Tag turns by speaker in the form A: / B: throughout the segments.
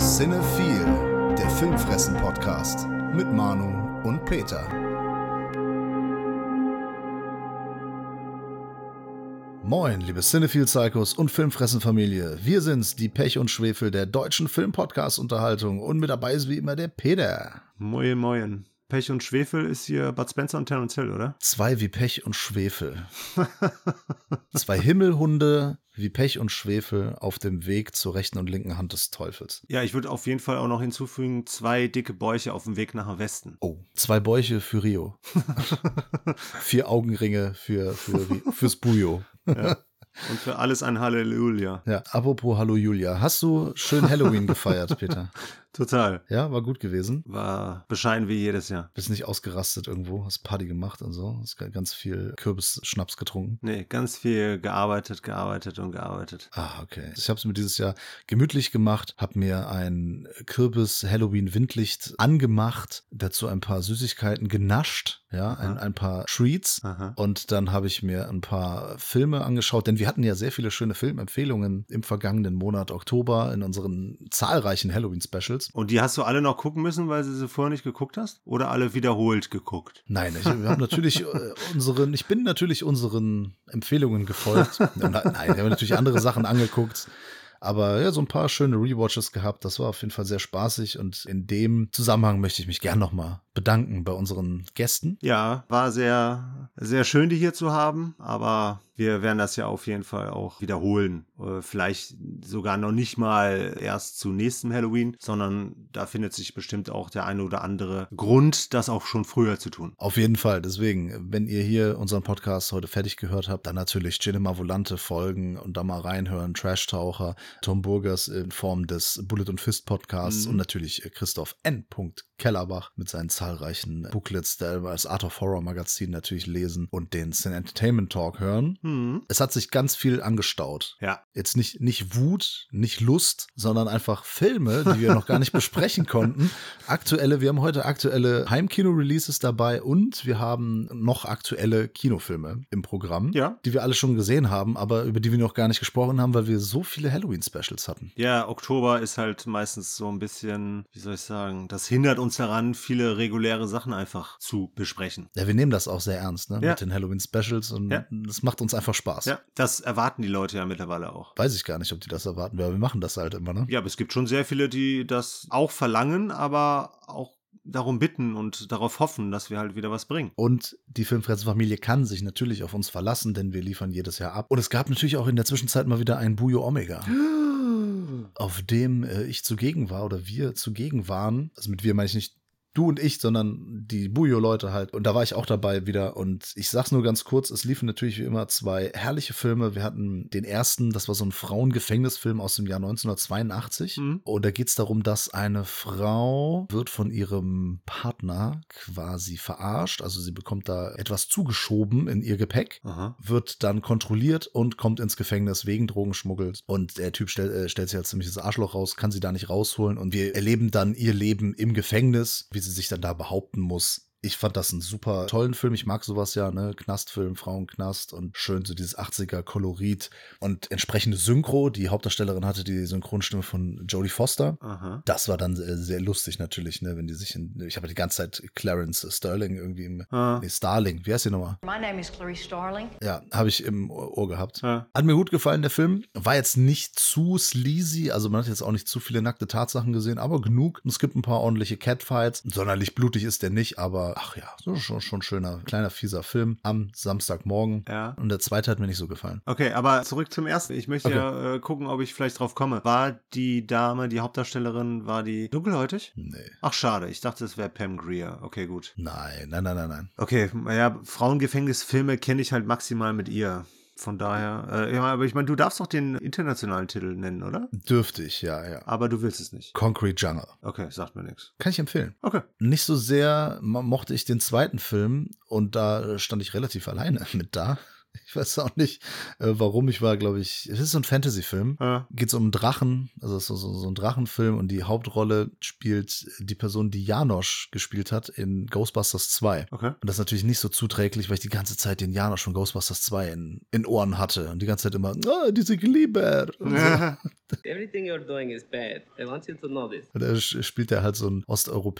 A: Cinephile, der Filmfressen-Podcast mit Manu und Peter. Moin, liebe Cinephile Psychos und Filmfressen-Familie. Wir sind's, die Pech und Schwefel der deutschen Film-Podcast-Unterhaltung. Und mit dabei ist wie immer der Peter.
B: Moin, moin. Pech und Schwefel ist hier Bud Spencer und Terence Hill, oder?
A: Zwei wie Pech und Schwefel. Zwei Himmelhunde wie Pech und Schwefel auf dem Weg zur rechten und linken Hand des Teufels.
B: Ja, ich würde auf jeden Fall auch noch hinzufügen, zwei dicke Bäuche auf dem Weg nach Westen.
A: Oh, zwei Bäuche für Rio. Vier Augenringe für, für, fürs Bujo.
B: Ja. Und für alles ein Halleluja.
A: Ja, apropos Hallo Julia. Hast du schön Halloween gefeiert, Peter?
B: Total.
A: Ja, war gut gewesen.
B: War bescheiden wie jedes Jahr.
A: Bist nicht ausgerastet irgendwo, hast Party gemacht und so. Hast ganz viel Kürbisschnaps getrunken.
B: Nee, ganz viel gearbeitet, gearbeitet und gearbeitet.
A: Ah, okay. Ich habe es mir dieses Jahr gemütlich gemacht, habe mir ein Kürbis-Halloween-Windlicht angemacht, dazu ein paar Süßigkeiten genascht, ja, ein, ein paar Treats.
B: Aha.
A: Und dann habe ich mir ein paar Filme angeschaut, denn wir hatten ja sehr viele schöne Filmempfehlungen im vergangenen Monat Oktober in unseren zahlreichen Halloween-Specials.
B: Und die hast du alle noch gucken müssen, weil du sie vorher nicht geguckt hast? Oder alle wiederholt geguckt?
A: Nein, ich habe natürlich äh, unseren, ich bin natürlich unseren Empfehlungen gefolgt. Nein, nein, ich habe natürlich andere Sachen angeguckt. Aber ja, so ein paar schöne Rewatches gehabt. Das war auf jeden Fall sehr spaßig. Und in dem Zusammenhang möchte ich mich gern nochmal bedanken bei unseren Gästen.
B: Ja, war sehr, sehr schön, die hier zu haben, aber wir werden das ja auf jeden Fall auch wiederholen. Äh, Vielleicht sogar noch nicht mal erst zu nächstem Halloween, sondern da findet sich bestimmt auch der eine oder andere Grund, das auch schon früher zu tun.
A: Auf jeden Fall. Deswegen, wenn ihr hier unseren Podcast heute fertig gehört habt, dann natürlich Cinema Volante folgen und da mal reinhören. Trash Taucher, Tom Burgers in Form des Bullet und Fist Podcasts
B: Mhm.
A: und natürlich äh, Christoph N. Kellerbach mit seinen zahlreichen Booklets, der wir als Art of Horror Magazin natürlich lesen und den Sin Entertainment Talk hören.
B: Hm.
A: Es hat sich ganz viel angestaut.
B: Ja,
A: Jetzt nicht, nicht Wut, nicht Lust, sondern einfach Filme, die wir noch gar nicht besprechen konnten. Aktuelle, wir haben heute aktuelle Heimkino-Releases dabei und wir haben noch aktuelle Kinofilme im Programm,
B: Ja.
A: die wir alle schon gesehen haben, aber über die wir noch gar nicht gesprochen haben, weil wir so viele Halloween-Specials hatten.
B: Ja, Oktober ist halt meistens so ein bisschen, wie soll ich sagen, das hindert uns daran, viele reguläre Sachen einfach zu besprechen.
A: Ja, wir nehmen das auch sehr ernst, ne?
B: Ja.
A: Mit den Halloween-Specials und
B: Ja.
A: das macht uns einfach Spaß.
B: Ja, das erwarten die Leute ja mittlerweile auch.
A: Weiß ich gar nicht, ob die das erwarten, aber wir machen das halt immer, ne?
B: Ja, aber es gibt schon sehr viele, die das auch verlangen, aber auch darum bitten und darauf hoffen, dass wir halt wieder was bringen.
A: Genau. Und die Filmfressenfamilie kann sich natürlich auf uns verlassen, denn wir liefern jedes Jahr ab. Und es gab natürlich auch in der Zwischenzeit mal wieder ein Bujo Omega, auf dem äh, ich zugegen war oder wir zugegen waren. Also mit wir meine ich nicht du und ich, sondern die Bujo-Leute halt. Und da war ich auch dabei wieder. Und ich sag's nur ganz kurz, es liefen natürlich wie immer zwei herrliche Filme. Wir hatten den ersten, das war so ein Frauengefängnisfilm aus dem Jahr 1982.
B: Mhm.
A: Und da geht's darum, dass eine Frau wird von ihrem Partner quasi verarscht. Also sie bekommt da etwas zugeschoben in ihr Gepäck
B: Aha.
A: wird dann kontrolliert und kommt ins Gefängnis wegen Drogenschmuggels. Und der Typ stell, äh, stellt sich als ziemliches Arschloch raus, kann sie da nicht rausholen. Und wir erleben dann ihr Leben im Gefängnis, wie sie sich dann da behaupten muss. Ich fand das einen super tollen Film. Ich mag sowas ja, ne? Knastfilm, Frauenknast und schön so dieses 80er-Kolorit und entsprechende Synchro. Die Hauptdarstellerin hatte die Synchronstimme von Jodie Foster.
B: Aha.
A: Das war dann sehr, sehr lustig natürlich, ne? Wenn die sich in, ich habe die ganze Zeit Clarence Sterling irgendwie im,
B: Ah.
A: nee, Starling, wie heißt die nochmal?
C: My name is Clarice Starling.
A: Ja, habe ich im Ohr Ohr gehabt.
B: Ja.
A: Hat mir gut gefallen, der Film. War jetzt nicht zu sleazy, also man hat jetzt auch nicht zu viele nackte Tatsachen gesehen, aber genug. Es gibt ein paar ordentliche Catfights. Sonderlich blutig ist der nicht, aber ach ja, so schon, schon schöner, kleiner, fieser Film am Samstagmorgen.
B: Ja.
A: Und der zweite hat mir nicht so gefallen.
B: Okay, aber zurück zum ersten. Ich möchte ja äh, gucken, ob ich vielleicht drauf komme. War die Dame, die Hauptdarstellerin, war die dunkelhäutig?
A: Nee.
B: Ach, schade. Ich dachte, es wäre Pam Greer. Okay, gut.
A: Nein, nein, nein, nein, nein.
B: Okay, naja, Frauengefängnisfilme kenne ich halt maximal mit ihr. Von daher, äh, ja, aber ich meine, du darfst doch den internationalen Titel nennen, oder?
A: Dürfte ich, ja, ja.
B: Aber du willst es nicht.
A: Concrete Jungle.
B: Okay, sagt mir nichts.
A: Kann ich empfehlen.
B: Okay.
A: Nicht so sehr mo- mochte ich den zweiten Film und da äh, stand ich relativ alleine mit da. Ich weiß auch nicht, äh, warum. Ich war, glaube ich, es ist so ein Fantasy-Film.
B: Ja.
A: Geht es um einen Drachen, also es ist so, so, so ein Drachenfilm und die Hauptrolle spielt die Person, die Janosch gespielt hat in Ghostbusters 2.
B: Okay.
A: Und das ist natürlich nicht so zuträglich, weil ich die ganze Zeit den Janosch von Ghostbusters 2 in, in Ohren hatte und die ganze Zeit immer, ah, diese Glieber. Und so.
C: Everything you're doing is bad. I want you to know this.
A: Und er sch- spielt er halt so einen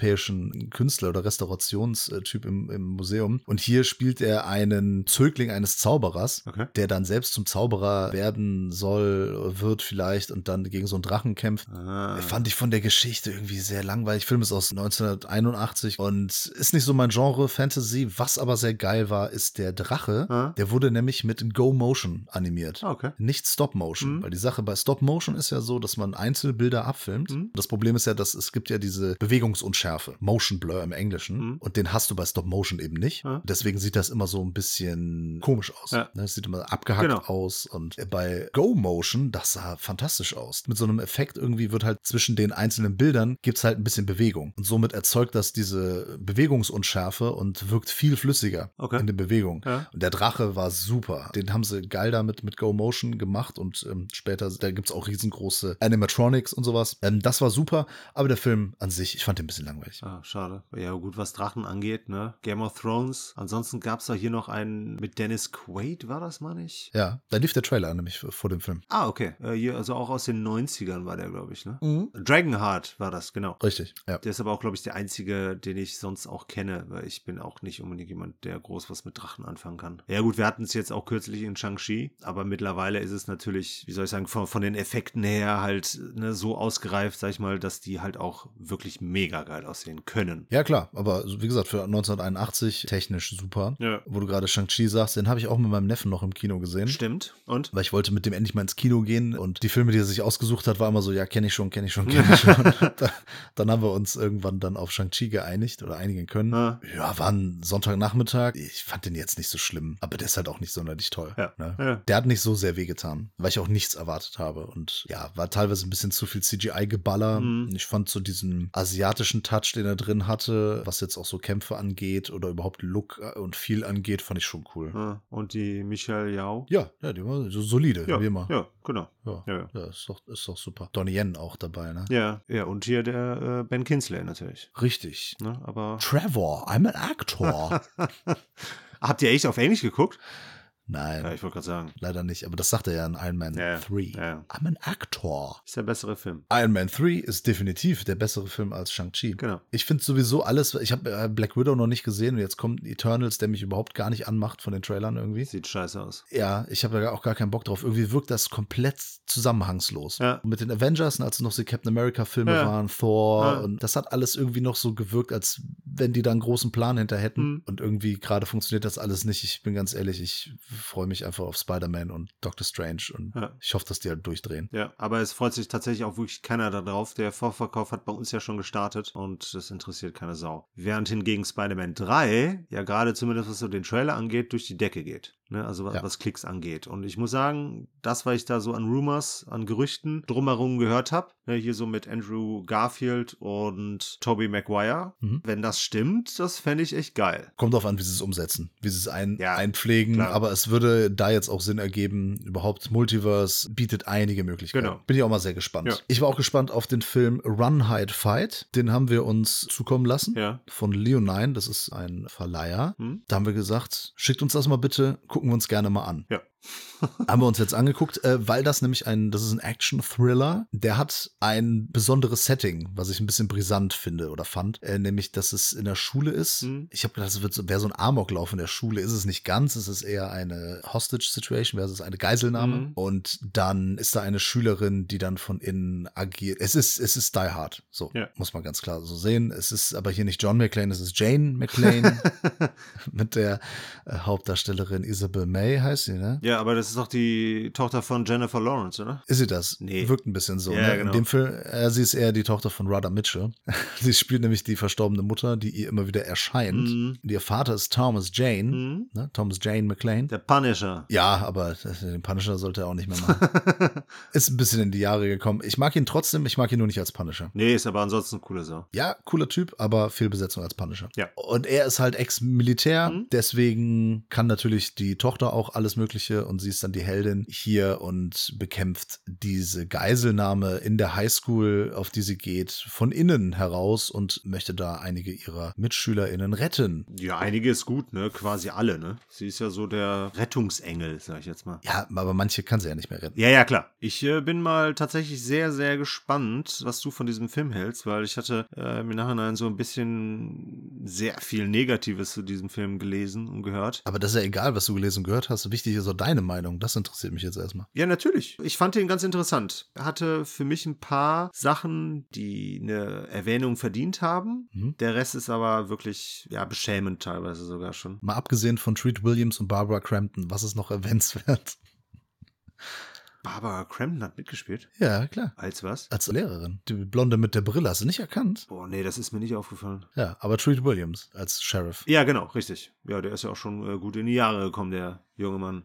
A: osteuropäischen Künstler oder Restaurationstyp im, im Museum. Und hier spielt er einen Zögling eines Zauberers,
B: Okay.
A: der dann selbst zum Zauberer werden soll, wird vielleicht und dann gegen so einen Drachen kämpft.
B: Ah.
A: Fand ich von der Geschichte irgendwie sehr langweilig. Film ist aus 1981 und ist nicht so mein Genre Fantasy. Was aber sehr geil war, ist der Drache.
B: Ah.
A: Der wurde nämlich mit Go Motion animiert.
B: Ah, okay.
A: Nicht Stop Motion,
B: Mhm.
A: weil die Sache bei Stop Motion ist ja so, dass man Einzelbilder abfilmt.
B: Mhm.
A: Das Problem ist ja, dass es gibt ja diese Bewegungsunschärfe, Motion Blur im Englischen,
B: Mhm.
A: und den hast du bei Stop Motion eben nicht.
B: Ja.
A: Deswegen sieht das immer so ein bisschen komisch aus.
B: Ja.
A: Ne, Es sieht immer abgehackt
B: Genau.
A: aus und bei Go Motion, das sah fantastisch aus. Mit so einem Effekt irgendwie wird halt zwischen den einzelnen Bildern gibt's halt ein bisschen Bewegung und somit erzeugt das diese Bewegungsunschärfe und wirkt viel flüssiger
B: Okay.
A: in den Bewegungen.
B: Ja.
A: Und der Drache war super. Den haben sie geil damit mit Go Motion gemacht und ähm, später, da gibt's auch riesengroße Animatronics und sowas. Ähm, das war super, aber der Film an sich, ich fand den ein bisschen langweilig.
B: Ah, schade. Ja, gut, was Drachen angeht, ne? Game of Thrones. Ansonsten gab es da hier noch einen mit Dennis Quaid, war das, meine ich?
A: Ja, da lief der Trailer nämlich vor dem Film.
B: Ah, okay. Äh, hier, also auch aus den 90ern war der, glaube ich, ne?
A: Mhm.
B: Dragonheart war das, genau.
A: Richtig, ja.
B: Der ist aber auch, glaube ich, der einzige, den ich sonst auch kenne, weil ich bin auch nicht unbedingt jemand, der groß was mit Drachen anfangen kann. Ja gut, wir hatten es jetzt auch kürzlich in Shang-Chi, aber mittlerweile ist es natürlich, wie soll ich sagen, von, von den Effekten her halt ne, so ausgereift, sag ich mal, dass die halt auch wirklich mega geil aussehen können.
A: Ja, klar, aber so wie gesagt, für 1981 technisch super.
B: Ja.
A: Wo du gerade Shang-Chi sagst, den habe ich auch mit meinem Neffen noch im Kino gesehen.
B: Stimmt. Und?
A: Weil ich wollte mit dem endlich mal ins Kino gehen und die Filme, die er sich ausgesucht hat, war immer so, ja, kenne ich schon, kenne ich schon, kenne ich schon. da, dann haben wir uns irgendwann dann auf Shang-Chi geeinigt oder einigen können.
B: Ah.
A: Ja, war ein Sonntagnachmittag. Ich fand den jetzt nicht so schlimm, aber der ist halt auch nicht sonderlich toll.
B: Ja.
A: Ne?
B: Ja.
A: Der hat nicht so sehr wehgetan, weil ich auch nichts erwartet habe. Und ja, war teilweise ein bisschen zu viel CGI-Geballer.
B: Mhm.
A: Ich fand so diesen asiatischen Touch, den er drin hatte, was jetzt auch so Kämpfe angeht oder überhaupt Look und viel angeht, fand ich schon cool.
B: Ah. Und die Michelle Yao?
A: Ja, ja, die war so solide, wie immer.
B: ja, genau.
A: Ja.
B: Ja, ja.
A: Ja, ist doch, ist doch super. Donnie Yen auch dabei, ne?
B: Ja, ja und hier der äh, Ben Kinsley natürlich.
A: Richtig.
B: Ne, aber
A: Trevor, I'm an actor.
B: habt ihr echt auf Englisch geguckt?
A: Nein,
B: Ja, ich wollte gerade sagen.
A: leider nicht, aber das sagt er ja in Iron Man
B: Ja,
A: 3.
B: ja.
A: I'm an actor.
B: Ist der bessere Film.
A: Iron Man 3 ist definitiv der bessere Film als Shang-Chi.
B: Genau.
A: Ich finde sowieso alles, ich habe äh, Black Widow noch nicht gesehen und jetzt kommt Eternals, der mich überhaupt gar nicht anmacht von den Trailern irgendwie.
B: Sieht scheiße aus.
A: Ja, ich habe da auch gar keinen Bock drauf. Irgendwie wirkt das komplett zusammenhangslos.
B: Ja.
A: Mit den Avengers, ne, als noch die Captain America-Filme
B: Ja.
A: waren, Thor,
B: Ja.
A: und das hat alles irgendwie noch so gewirkt, als wenn die da einen großen Plan hinter hätten.
B: Mhm.
A: Und irgendwie gerade funktioniert das alles nicht. Ich bin ganz ehrlich, ich freue mich einfach auf Spider-Man und Doctor Strange und
B: Ja.
A: ich hoffe, dass die halt durchdrehen.
B: Ja, aber es freut sich tatsächlich auch wirklich keiner darauf. Der Vorverkauf hat bei uns ja schon gestartet und das interessiert keine Sau. Während hingegen Spider-Man 3 ja gerade zumindest was so den Trailer angeht, durch die Decke geht. Ne? Also was,
A: Ja.
B: was Klicks angeht. Und ich muss sagen, das, was ich da so an Rumors, an Gerüchten drumherum gehört habe, ne? hier so mit Andrew Garfield und Tobey Maguire,
A: Mhm.
B: wenn das stimmt, das fände ich echt geil.
A: Kommt drauf an, wie sie es umsetzen, wie sie es ein,
B: Ja,
A: einpflegen.
B: klar.
A: Aber es würde da jetzt auch Sinn ergeben. Überhaupt Multiverse bietet einige Möglichkeiten.
B: Genau.
A: Bin ich auch mal sehr gespannt.
B: Ja.
A: Ich war auch gespannt auf den Film Run, Hide, Fight. Den haben wir uns zukommen lassen.
B: Ja.
A: Von Leonine, das ist ein Verleiher.
B: Hm?
A: Da haben wir gesagt, schickt uns das mal bitte, gucken wir uns gerne mal an.
B: Ja.
A: haben wir uns jetzt angeguckt, äh, weil das nämlich ein, das ist ein Action-Thriller, der hat ein besonderes Setting, was ich ein bisschen brisant finde oder fand, äh, nämlich, dass es in der Schule ist.
B: Mhm.
A: Ich habe gedacht, es wird so- wäre so ein Amoklauf in der Schule, ist es nicht ganz, es ist eher eine Hostage-Situation, wäre es eine Geiselnahme.
B: Mhm.
A: Und dann ist da eine Schülerin, die dann von innen agiert. Es ist, es ist Die Hard, so
B: Ja.
A: muss man ganz klar so sehen. Es ist aber hier nicht John McClane, es ist Jane McClane mit der äh, Hauptdarstellerin Isabel May heißt sie, ne?
B: ja, aber das ist doch die Tochter von Jennifer Lawrence, oder?
A: Ist sie das?
B: Nee.
A: Wirkt ein bisschen so.
B: Ja,
A: ne?
B: genau.
A: In dem Film, äh, sie ist eher die Tochter von Rada Mitchell. sie spielt nämlich die verstorbene Mutter, die ihr immer wieder erscheint.
B: Mhm.
A: Und Ihr Vater ist Thomas Jane,
B: Mhm.
A: ne? Thomas Jane McLean.
B: Der Punisher.
A: Ja, aber äh, den Punisher sollte er auch nicht mehr machen. ist ein bisschen in die Jahre gekommen. Ich mag ihn trotzdem, ich mag ihn nur nicht als Punisher.
B: Nee, ist aber ansonsten eine coole Sau.
A: Ja, cooler Typ, aber Fehlbesetzung als Punisher.
B: Ja.
A: Und er ist halt Ex-Militär,
B: Mhm.
A: deswegen kann natürlich die Tochter auch alles Mögliche und sie ist dann die Heldin hier und bekämpft diese Geiselnahme in der Highschool, auf die sie geht, von innen heraus und möchte da einige ihrer MitschülerInnen retten.
B: Ja, einige ist gut, ne? Quasi alle, ne? Sie ist ja so der Rettungsengel, sag ich jetzt mal.
A: Ja, aber manche kann sie ja nicht mehr retten.
B: Ja, ja, klar. Ich äh, bin mal tatsächlich sehr, sehr gespannt, was du von diesem Film hältst, weil ich hatte äh, im Nachhinein so ein bisschen sehr viel Negatives zu diesem Film gelesen und gehört.
A: Aber das ist ja egal, was du gelesen und gehört hast. Wichtig ist auch deine Meinung. Das interessiert mich jetzt erstmal.
B: Ja, natürlich. Ich fand den ganz interessant. Er hatte für mich ein paar Sachen, die eine Erwähnung verdient haben.
A: Mhm.
B: Der Rest ist aber wirklich, ja, beschämend teilweise sogar schon.
A: Mal abgesehen von Treat Williams und Barbara Crampton, was ist noch erwähnenswert?
B: Barbara Crampton hat mitgespielt.
A: Ja, klar.
B: Als was?
A: Als Lehrerin. Die Blonde mit der Brille hast du nicht erkannt.
B: Oh, nee, das ist mir nicht aufgefallen.
A: Ja, aber Treat Williams als Sheriff.
B: Ja, genau, richtig. Ja, der ist ja auch schon äh, gut in die Jahre gekommen, der junge Mann.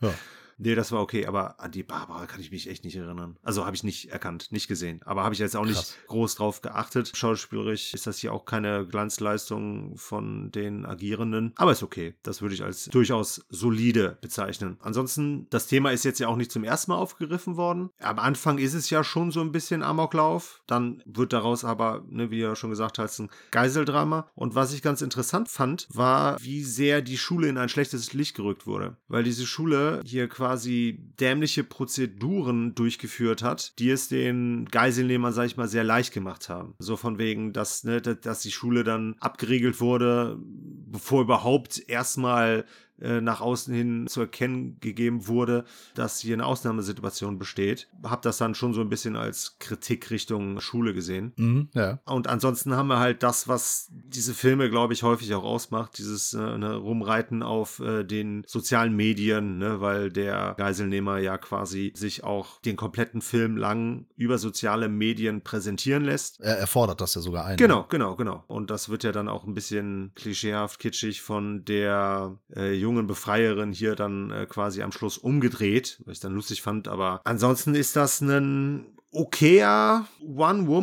A: Ja.
B: Nee, das war okay, aber an die Barbara kann ich mich echt nicht erinnern. Also habe ich nicht erkannt, nicht gesehen. Aber habe ich jetzt auch
A: Krass.
B: nicht groß drauf geachtet. Schauspielerisch ist das hier auch keine Glanzleistung von den Agierenden. Aber ist okay. Das würde ich als durchaus solide bezeichnen. Ansonsten, das Thema ist jetzt ja auch nicht zum ersten Mal aufgegriffen worden. Am Anfang ist es ja schon so ein bisschen Amoklauf. Dann wird daraus aber, ne, wie du ja schon gesagt hast, ein Geiseldrama. Und was ich ganz interessant fand, war, wie sehr die Schule in ein schlechtes Licht gerückt wurde. Weil diese Schule hier quasi dämliche Prozeduren durchgeführt hat, die es den Geiselnehmern, sag ich mal, sehr leicht gemacht haben. So von wegen, dass, ne, dass die Schule dann abgeriegelt wurde, bevor überhaupt erstmal äh, nach außen hin zu erkennen gegeben wurde, dass hier eine Ausnahmesituation besteht. Hab das dann schon so ein bisschen als Kritik Richtung Schule gesehen.
A: Mhm, ja.
B: Und ansonsten haben wir halt das, was diese Filme, glaube ich, häufig auch ausmacht, dieses äh, ne, Rumreiten auf äh, den sozialen Medien, ne, weil der Geiselnehmer ja quasi sich auch den kompletten Film lang über soziale Medien präsentieren lässt.
A: Er, er fordert das ja sogar ein.
B: Genau, genau, genau. Und das wird ja dann auch ein bisschen klischeehaft kitschig von der äh, jungen Befreierin hier dann äh, quasi am Schluss umgedreht, was ich dann lustig fand. Aber ansonsten ist das ein okayer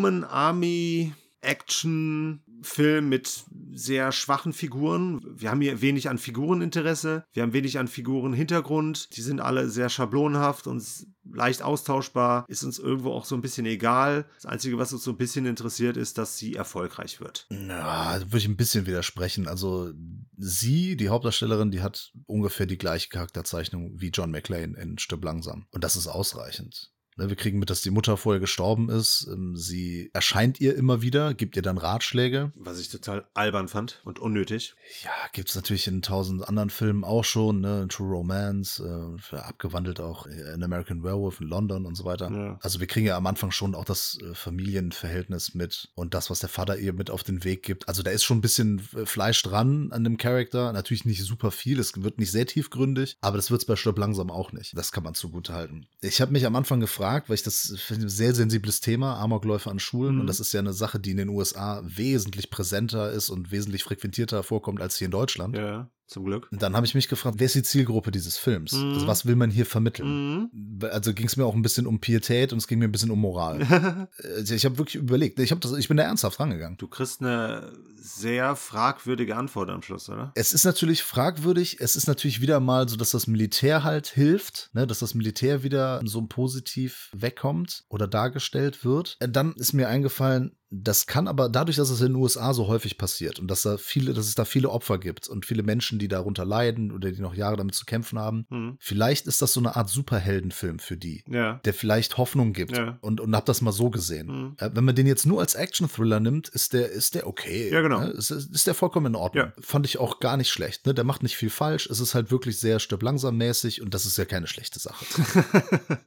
B: One-Woman-Army Action Film mit sehr schwachen Figuren. Wir haben hier wenig an Figureninteresse, wir haben wenig an Figurenhintergrund. Die sind alle sehr schablonhaft und s- leicht austauschbar, ist uns irgendwo auch so ein bisschen egal. Das Einzige, was uns so ein bisschen interessiert, ist, dass sie erfolgreich wird.
A: Na, da würde ich ein bisschen widersprechen. Also sie, die Hauptdarstellerin, die hat ungefähr die gleiche Charakterzeichnung wie John McClane in Stirb langsam. Und das ist ausreichend. Ne, Wir kriegen mit, dass die Mutter vorher gestorben ist. Ähm, Sie erscheint ihr immer wieder, gibt ihr dann Ratschläge.
B: Was ich total albern fand und unnötig.
A: Ja, gibt's natürlich in tausend anderen Filmen auch schon, ne? in True Romance, äh, für- abgewandelt auch in American Werewolf in London und so weiter.
B: Ja.
A: Also wir kriegen ja am Anfang schon auch das äh, Familienverhältnis mit und das, was der Vater ihr mit auf den Weg gibt. Also da ist schon ein bisschen äh, Fleisch dran an dem Charakter. Natürlich nicht super viel, es wird nicht sehr tiefgründig, aber das wird's bei Stopp langsam auch nicht. Das kann man zugutehalten. Ich habe mich am Anfang gefragt, weil ich das äh, finde, ein sehr sensibles Thema, Amokläufe an Schulen
B: Mhm.
A: und das ist ja eine Sache, die in den USA wesentlich präsenter ist und wesentlich frequentierter vorkommt als hier in Deutschland.
B: Ja, zum Glück.
A: Und Dann habe ich mich gefragt, wer ist die Zielgruppe dieses Films?
B: Mhm.
A: Also was will man hier vermitteln?
B: Mhm.
A: Also ging es mir auch ein bisschen um Pietät und es ging mir ein bisschen um Moral. Also ich habe wirklich überlegt, ich, hab das, ich bin da ernsthaft rangegangen.
B: Du kriegst eine sehr fragwürdige Antwort am Schluss, oder?
A: Es ist natürlich fragwürdig, es ist natürlich wieder mal so, dass das Militär halt hilft, ne, dass das Militär wieder so positiv wegkommt oder dargestellt wird. Äh, Dann ist mir eingefallen, das kann aber dadurch, dass es in den USA so häufig passiert und dass, da viele, dass es da viele Opfer gibt und viele Menschen, die darunter leiden oder die noch Jahre damit zu kämpfen haben,
B: Mhm.
A: Vielleicht ist das so eine Art Superheldenfilm für die,
B: Ja.
A: der vielleicht Hoffnung gibt.
B: Ja.
A: Und, und hab das mal so gesehen.
B: Mhm.
A: Äh, Wenn man den jetzt nur als Action-Thriller nimmt, ist der, ist der okay.
B: Ja, genau.
A: Ne? Ist, ist der vollkommen in Ordnung.
B: Ja.
A: Fand ich auch gar nicht schlecht. Ne? Der macht nicht viel falsch. Es ist halt wirklich sehr stirb langsam mäßig und das ist ja keine schlechte Sache.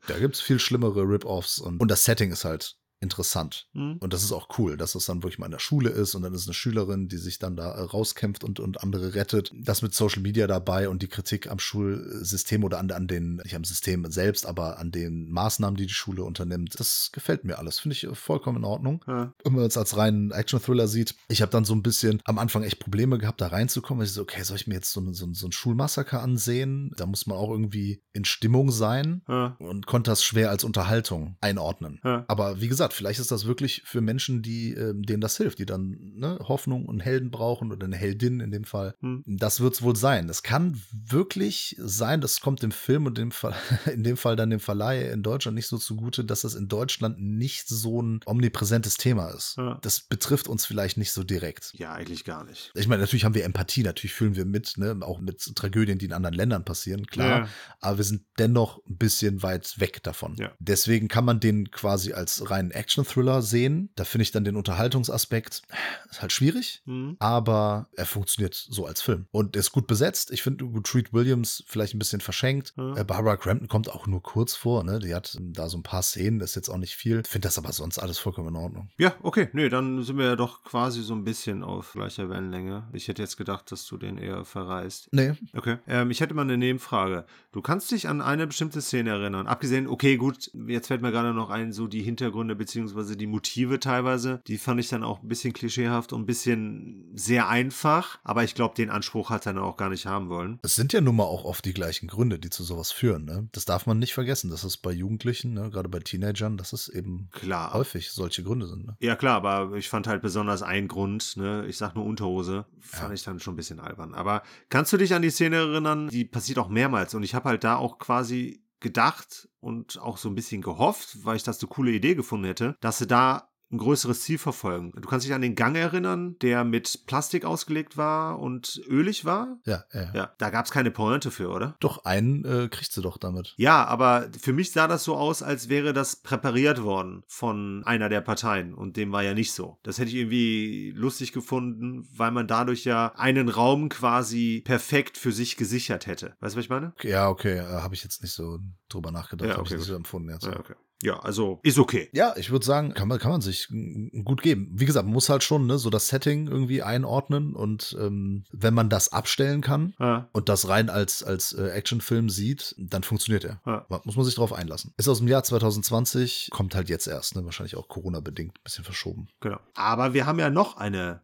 A: da gibt's viel schlimmere Rip-Offs und, und das Setting ist halt interessant.
B: Mhm.
A: Und das ist auch cool, dass das dann wirklich mal in der Schule ist und dann ist eine Schülerin, die sich dann da äh, rauskämpft und, und andere rettet. Das mit Social Media dabei und die Kritik am Schulsystem oder an, an den, nicht am System selbst, aber an den Maßnahmen, die die Schule unternimmt. Das gefällt mir alles. Finde ich äh, vollkommen in Ordnung.
B: Ja.
A: Wenn man es als reinen Action-Thriller sieht, ich habe dann so ein bisschen am Anfang echt Probleme gehabt, da reinzukommen. Ich so, okay, soll ich mir jetzt so, ein- so, ein- so ein Schulmassaker ansehen? Da muss man auch irgendwie in Stimmung sein
B: Ja.
A: und konnte das schwer als Unterhaltung einordnen.
B: Ja.
A: Aber wie gesagt, gesagt, vielleicht ist das wirklich für Menschen, die, ähm, denen das hilft, die dann ne, Hoffnung und Helden brauchen oder eine Heldin in dem Fall.
B: Hm.
A: Das wird es wohl sein. Das kann wirklich sein, das kommt dem Film und dem Ver- in dem Fall dann dem Verleih in Deutschland nicht so zugute, dass das in Deutschland nicht so ein omnipräsentes Thema ist.
B: Ja.
A: Das betrifft uns vielleicht nicht so direkt.
B: Ja, eigentlich gar nicht.
A: Ich meine, natürlich haben wir Empathie, natürlich fühlen wir mit, ne? auch mit Tragödien, die in anderen Ländern passieren, klar. Aber wir sind dennoch ein bisschen weit weg davon.
B: Ja.
A: Deswegen kann man den quasi als reinen Action-Thriller sehen. Da finde ich dann den Unterhaltungsaspekt ist halt schwierig.
B: Hm.
A: Aber er funktioniert so als Film. Und er ist gut besetzt. Ich finde gut, Treat Williams vielleicht ein bisschen verschenkt.
B: Ja.
A: Äh, Barbara Crampton kommt auch nur kurz vor. Ne? Die hat ähm, da so ein paar Szenen, das ist jetzt auch nicht viel. Ich finde das aber sonst alles vollkommen in Ordnung.
B: Ja, okay. Nee, dann sind wir ja doch quasi so ein bisschen auf gleicher Wellenlänge. Ich hätte jetzt gedacht, dass du den eher verreist.
A: Nee,
B: Okay. Ähm, ich hätte mal eine Nebenfrage. Du kannst dich an eine bestimmte Szene erinnern. Abgesehen, okay, gut, jetzt fällt mir gerade noch ein, so die Hintergründe beziehungsweise die Motive teilweise. Die fand ich dann auch ein bisschen klischeehaft und ein bisschen sehr einfach. Aber ich glaube, den Anspruch hat er dann auch gar nicht haben wollen.
A: Es sind ja nun mal auch oft die gleichen Gründe, die zu sowas führen. Ne? Das darf man nicht vergessen. Das ist bei Jugendlichen, ne? gerade bei Teenagern, dass es eben
B: Klar.
A: häufig solche Gründe sind. Ne?
B: Ja, klar, aber ich fand halt besonders einen Grund, ne, ich sag nur Unterhose, fand
A: Ja.
B: ich dann schon ein bisschen albern. Aber kannst du dich an die Szene erinnern? Die passiert auch mehrmals und ich habe halt da auch quasi gedacht und auch so ein bisschen gehofft, weil ich das eine coole Idee gefunden hätte, dass sie da ein größeres Ziel verfolgen. Du kannst dich an den Gang erinnern, der mit Plastik ausgelegt war und ölig war?
A: Ja, ja. ja.
B: Ja, da gab es keine Pointe für, oder?
A: Doch, einen äh, kriegst du doch damit.
B: Ja, aber für mich sah das so aus, als wäre das präpariert worden von einer der Parteien und dem war ja nicht so. Das hätte ich irgendwie lustig gefunden, weil man dadurch ja einen Raum quasi perfekt für sich gesichert hätte. Weißt du, was ich meine?
A: Ja, okay, äh, habe ich jetzt nicht so drüber nachgedacht,
B: Ja,
A: habe ich
B: okay,
A: nicht
B: gut.
A: so empfunden jetzt.
B: Ja,
A: Ja.
B: okay. Ja, also ist okay.
A: ich würde sagen, kann man, kann man sich mm, gut geben. Wie gesagt, man muss halt schon ne, so das Setting irgendwie einordnen und ähm, wenn man das abstellen kann
B: Ja,
A: und das rein als, als äh, Actionfilm sieht, dann funktioniert er.
B: ja.
A: Aber Muss man sich drauf einlassen. Ist aus dem Jahr 2020, kommt halt jetzt erst, ne? wahrscheinlich auch Corona-bedingt ein bisschen verschoben.
B: Genau. Aber wir haben ja noch eine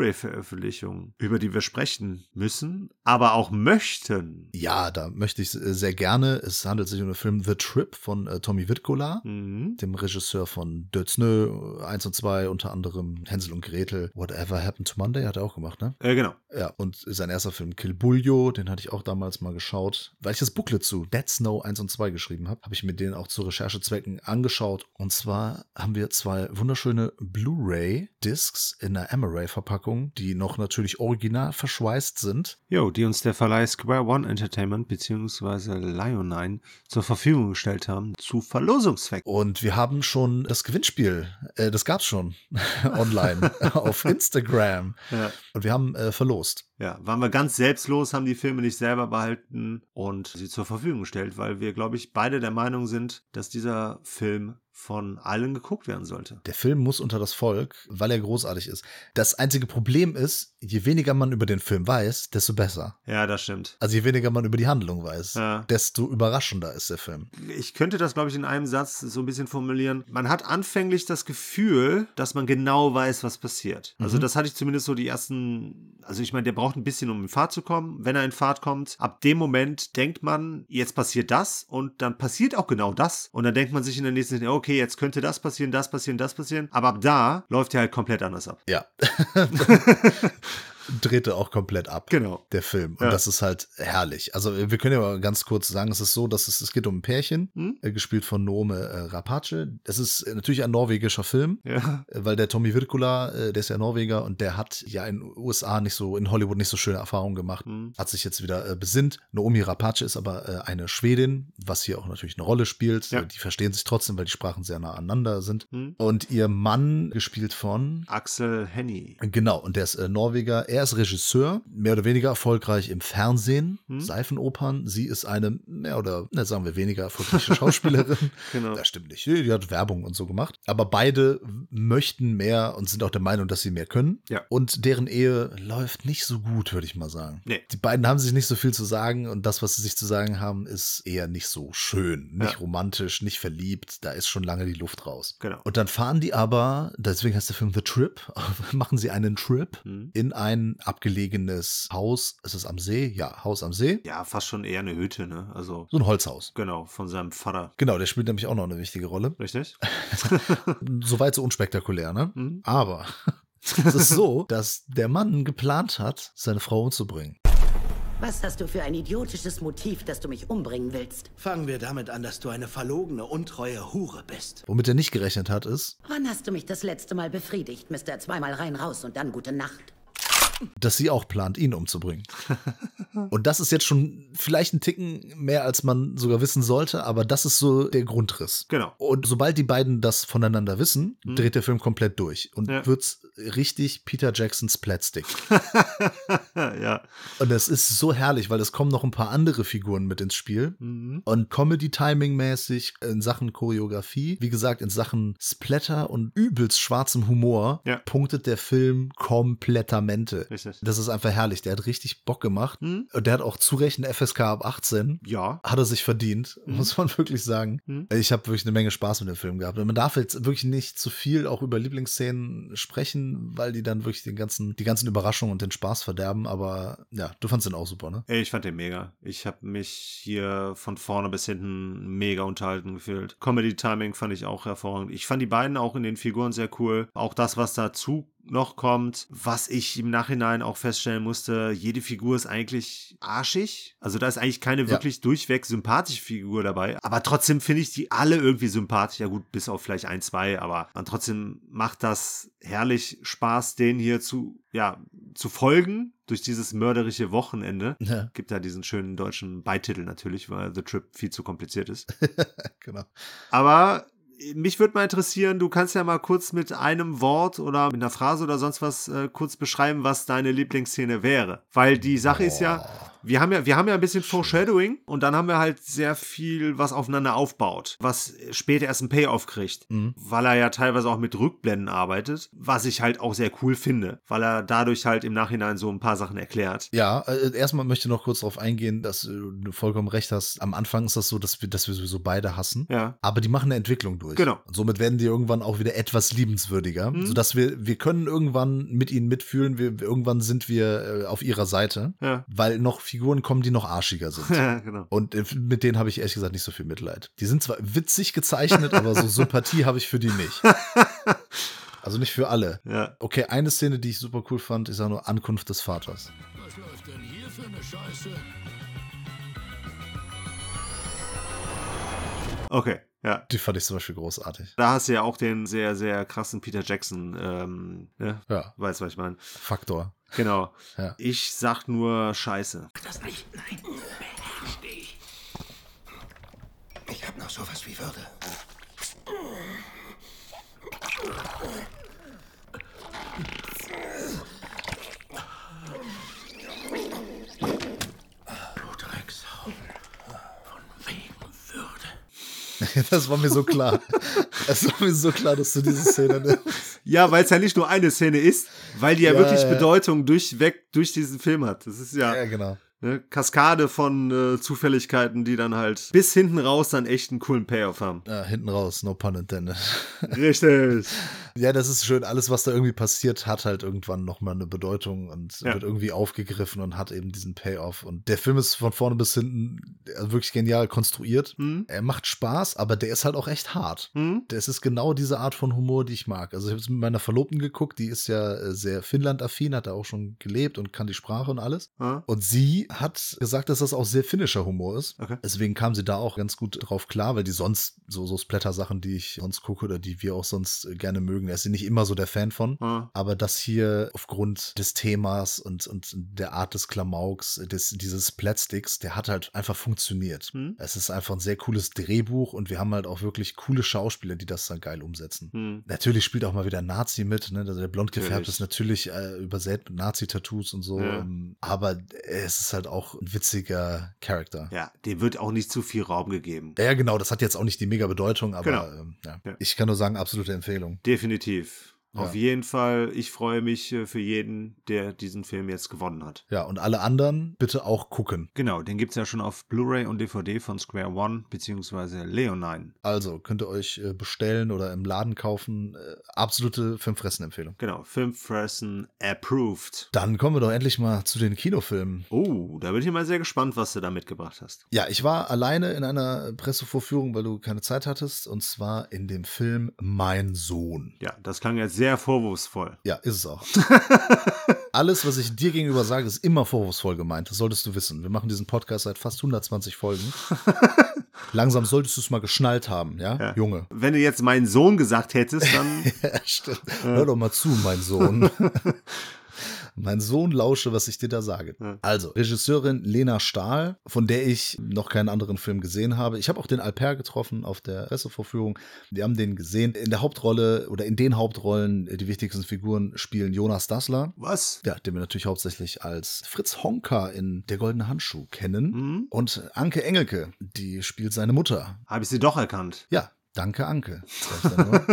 B: DVD-Blu-ray-Veröffentlichung, über die wir sprechen müssen, aber auch möchten.
A: Ja, da möchte ich äh, sehr gerne. Es handelt sich um den Film The Trip von äh, Tommy Witkola,
B: Mhm.
A: dem Regisseur von Dötzne 1 und 2, unter anderem Hänsel und Gretel, Whatever Happened to Monday hat er auch gemacht, ne?
B: Äh, genau.
A: Ja, und sein erster Film Kill Buljo, den hatte ich auch damals mal geschaut, weil ich das Booklet zu Dead Snow 1 und 2 geschrieben habe, habe ich mir den auch zu Recherchezwecken angeschaut. Und zwar haben wir zwei wunderschöne Blu-ray-Discs in einer Amaray-Verpackung, die noch natürlich original verschweißt sind.
B: Jo, die uns der Verleih Square One Entertainment bzw. Lionine zur Verfügung gestellt haben, zu Verlosungszwecken.
A: Und wir haben schon das Gewinnspiel, äh, das gab's schon online auf Instagram.
B: Ja.
A: Und wir haben äh, verlost.
B: ja, waren wir ganz selbstlos, haben die Filme nicht selber behalten und sie zur Verfügung gestellt, weil wir, glaube ich, beide der Meinung sind, dass dieser Film von allen geguckt werden sollte.
A: Der Film muss unter das Volk, weil er großartig ist. Das einzige Problem ist, je weniger man über den Film weiß, desto besser.
B: Ja, das stimmt.
A: Also je weniger man über die Handlung weiß,
B: Ja.
A: desto überraschender ist der Film.
B: Ich könnte das, glaube ich, in einem Satz so ein bisschen formulieren. Man hat anfänglich das Gefühl, dass man genau weiß, was passiert. Also
A: Mhm.
B: das hatte ich zumindest so die ersten, also ich meine, der braucht ein bisschen, um in Fahrt zu kommen. Wenn er in Fahrt kommt, ab dem Moment denkt man, jetzt passiert das und dann passiert auch genau das. Und dann denkt man sich in der nächsten, okay, jetzt könnte das passieren, das passieren, das passieren. Aber ab da läuft er halt komplett anders ab.
A: Ja. Dreht er auch komplett ab.
B: Genau.
A: Der Film. Und
B: Ja.
A: das ist halt herrlich. Also, wir können ja mal ganz kurz sagen, es ist so, dass es, es geht um ein Pärchen,
B: Hm?
A: äh, gespielt von Nome äh, Rapace. Es ist äh, natürlich ein norwegischer Film,
B: Ja.
A: äh, weil der Tommy Virkula, äh, der ist ja Norweger und der hat ja in den USA nicht so, in Hollywood nicht so schöne Erfahrungen gemacht.
B: Hm.
A: hat sich jetzt wieder äh, besinnt. Naomi Rapace ist aber äh, eine Schwedin, was hier auch natürlich eine Rolle spielt.
B: Ja.
A: Äh, Die verstehen sich trotzdem, weil die Sprachen sehr nah aneinander sind.
B: Hm?
A: Und ihr Mann, gespielt von.
B: Axel Henny.
A: Genau, und der ist äh, Norweger. Er ist Regisseur, mehr oder weniger erfolgreich im Fernsehen,
B: Hm.
A: Seifenopern. Sie ist eine, mehr oder, na, sagen wir, weniger erfolgreiche Schauspielerin.
B: Genau.
A: Das stimmt nicht. Die hat Werbung und so gemacht. Aber beide möchten mehr und sind auch der Meinung, dass sie mehr können.
B: Ja.
A: Und deren Ehe läuft nicht so gut, würde ich mal sagen.
B: Nee.
A: Die beiden haben sich nicht so viel zu sagen und das, was sie sich zu sagen haben, ist eher nicht so schön, nicht
B: Ja.
A: romantisch, nicht verliebt. Da ist schon lange die Luft raus.
B: Genau.
A: Und dann fahren die aber, deswegen heißt der Film The Trip, machen sie einen Trip
B: Hm?
A: in ein ein abgelegenes Haus. Ist es am See? Ja, Haus am See.
B: Ja, fast schon eher eine Hütte, ne? Also,
A: So ein Holzhaus.
B: genau, von seinem Vater.
A: Genau, der spielt nämlich auch noch eine wichtige Rolle.
B: Richtig?
A: Soweit so unspektakulär, ne?
B: Mhm.
A: Aber es ist so, dass der Mann geplant hat, seine Frau umzubringen.
D: Was hast du für ein idiotisches Motiv, dass du mich umbringen willst?
E: Fangen wir damit an, dass du eine verlogene, untreue Hure bist.
A: Womit er nicht gerechnet hat, ist,
D: Wann hast du mich das letzte Mal befriedigt, Mister? Zweimal rein raus und dann gute Nacht.
A: dass sie auch plant, ihn umzubringen. Und das ist jetzt schon vielleicht ein Ticken mehr, als man sogar wissen sollte, aber das ist so der Grundriss.
B: Genau. Mhm.
A: Und sobald die beiden das voneinander wissen, dreht der Film komplett durch und
B: Ja.
A: wird's richtig Peter Jacksons Platstick.
B: Eh, ja.
A: Und das ist so herrlich, weil es kommen noch ein paar andere Figuren mit ins Spiel.
B: Mhm.
A: Und Comedy-Timing-mäßig, in Sachen Choreografie, wie gesagt, in Sachen Splatter und übelst schwarzem Humor,
B: Ja.
A: punktet der Film komplettamente.
B: Richtig.
A: Das ist einfach herrlich. Der hat richtig Bock gemacht.
B: Mhm.
A: Und der hat auch zu Recht eine FSK ab 18.
B: Ja.
A: Hat er sich verdient, muss man wirklich sagen.
B: Mhm.
A: Ich habe wirklich eine Menge Spaß mit dem Film gehabt. Und man darf jetzt wirklich nicht zu viel auch über Lieblingsszenen sprechen, weil die dann wirklich den ganzen, die ganzen Überraschungen und den Spaß verderben. Aber ja, du fandst den auch super, ne?
B: Ey, ich fand den mega. Ich habe mich hier von vorne bis hinten mega unterhalten gefühlt. Comedy Timing fand ich auch hervorragend. Ich fand die beiden auch in den Figuren sehr cool. Auch das, was dazu noch kommt, was ich im Nachhinein auch feststellen musste, jede Figur ist eigentlich arschig. Also da ist eigentlich keine wirklich durchweg sympathische Figur dabei. Aber trotzdem finde ich die alle irgendwie sympathisch. Ja gut, bis auf vielleicht ein, zwei, aber dann trotzdem macht das herrlich Spaß, denen hier zu, ja, zu folgen durch dieses mörderische Wochenende
A: Ja,
B: gibt da diesen schönen deutschen Beititel natürlich, weil The Trip viel zu kompliziert ist.
A: genau.
B: Aber äh, mich würde mal interessieren, du kannst ja mal kurz mit einem Wort oder mit einer Phrase oder sonst was äh, kurz beschreiben, was deine Lieblingsszene wäre. Weil die Sache ist ja, wir haben ja, wir haben ja ein bisschen Foreshadowing und dann haben wir halt sehr viel, was aufeinander aufbaut, was später erst einen Payoff kriegt, weil er ja teilweise auch mit Rückblenden arbeitet, was ich halt auch sehr cool finde, weil er dadurch halt im Nachhinein so ein paar Sachen erklärt.
A: Ja, äh, erstmal möchte ich noch kurz darauf eingehen, dass äh, du vollkommen recht hast. Am Anfang ist das so, dass wir, dass wir sowieso beide hassen.
B: Ja.
A: Aber die machen eine Entwicklung durch.
B: Genau. Mhm.
A: Und somit werden die irgendwann auch wieder etwas liebenswürdiger, sodass wir, wir können irgendwann mit ihnen mitfühlen, wir, wir- irgendwann sind wir äh, auf ihrer Seite,
B: Ja.
A: weil noch Figuren kommen, die noch arschiger sind.
B: genau.
A: Und äh, mit denen habe ich ehrlich gesagt nicht so viel Mitleid. Die sind zwar witzig gezeichnet, aber so Sympathie habe ich für die nicht. Also nicht für alle.
B: Ja.
A: Okay, eine Szene, die ich super cool fand, ich sage nur Ankunft des Vaters.
F: Was läuft denn hier für eine Scheiße?
B: Okay. Ja.
A: Die fand ich zum Beispiel großartig.
B: Da hast du ja auch den sehr, sehr krassen Peter Jackson, ähm, ne?
A: Ja,
B: Weißt, was ich meine.
A: Faktor.
B: Genau.
A: Ja.
B: Ich sag nur Scheiße.
F: Das nicht. Nein. Beherrsch dich. Ich hab noch sowas wie Würde. Du Drecksau. Von wegen Würde.
A: Das war mir so klar. Das war mir so klar, dass du diese Szene ne nimmst.
B: Ja, weil es ja nicht nur eine Szene ist, weil die ja,
A: Ja,
B: wirklich
A: ja.
B: Bedeutung durchweg durch diesen Film hat. Das ist ja
A: Ja, genau.
B: eine Kaskade von äh, Zufälligkeiten, die dann halt bis hinten raus dann echt einen coolen Payoff haben.
A: Ja, hinten raus, no pun intended.
B: Richtig.
A: ja, das ist schön. Alles, was da irgendwie passiert, hat halt irgendwann nochmal eine Bedeutung und
B: Ja.
A: wird irgendwie aufgegriffen und hat eben diesen Payoff. Und der Film ist von vorne bis hinten äh, wirklich genial konstruiert.
B: Hm?
A: Er macht Spaß, aber der ist halt auch echt hart.
B: Hm?
A: Das ist genau diese Art von Humor, die ich mag. Also ich habe es mit meiner Verlobten geguckt, die ist ja äh, sehr Finnland-affin, hat da auch schon gelebt und kann die Sprache und alles.
B: Ja.
A: Und sie hat gesagt, dass das auch sehr finnischer Humor ist.
B: Okay.
A: Deswegen kam sie da auch ganz gut drauf klar, weil die sonst so, so Splatter-Sachen, die ich sonst gucke oder die wir auch sonst äh, gerne mögen, da ist sie nicht immer so der Fan von.
B: Ja.
A: Aber das hier aufgrund des Themas und, und der Art des Klamauks, des, dieses Splatsticks, der hat halt einfach funktioniert.
B: Hm.
A: Es ist einfach ein sehr cooles Drehbuch und wir haben halt auch wirklich coole Schauspieler, die das dann geil umsetzen.
B: Hm.
A: Natürlich spielt auch mal wieder ein Nazi mit, ne? Also der blond gefärbt
B: Natürlich.
A: ist natürlich äh, übersät mit Nazi-Tattoos und so.
B: Ja.
A: ähm, Aber es ist halt auch ein witziger Charakter. Ja.
B: ja, dem wird auch nicht zu viel Raum gegeben.
A: ja, genau, das hat jetzt auch nicht die mega Bedeutung, aber
B: Genau.
A: ähm, ja.
B: Ja.
A: ich kann nur sagen, absolute Empfehlung.
B: Definitiv. Auf jeden Fall, ich freue mich äh, für jeden, der diesen Film jetzt gewonnen hat.
A: Ja, und alle anderen bitte auch gucken.
B: Genau, den gibt's ja schon auf Blu-ray und DVD von Square One bzw. Leonine.
A: Also könnt ihr euch äh, bestellen oder im Laden kaufen. Äh, absolute Filmfressen-Empfehlung.
B: Genau, Filmfressen approved.
A: Dann kommen wir doch endlich mal zu den Kinofilmen.
B: Oh, da bin ich mal sehr gespannt, was du da mitgebracht hast.
A: Ja, ich war alleine in einer Pressevorführung, weil du keine Zeit hattest, und zwar in dem Film Mein Sohn.
B: Ja, das klang jetzt sehr vorwurfsvoll.
A: Ja, ist es auch. Alles, was ich dir gegenüber sage, ist immer vorwurfsvoll gemeint. Das solltest du wissen. Wir machen diesen Podcast seit fast 120 Folgen. Langsam solltest du es mal geschnallt haben, ja,
B: Ja.
A: Junge.
B: Wenn du jetzt meinen Sohn gesagt hättest, dann
A: Ja, stimmt. Hör doch mal zu, mein Sohn. Mein Sohn lausche, was ich dir da sage. Also, Regisseurin Lena Stahl, von der ich noch keinen anderen Film gesehen habe. Ich habe auch den Alper getroffen auf der Pressevorführung. Wir haben den gesehen. In der Hauptrolle oder in den Hauptrollen, äh, die wichtigsten Figuren spielen Jonas Dassler.
B: was?
A: Ja, den wir natürlich hauptsächlich als Fritz Honka in Der Goldene Handschuh kennen. Und Anke Engelke, die spielt seine Mutter.
B: Habe ich sie doch erkannt.
A: Ja, danke, Anke. sag ich dann nur.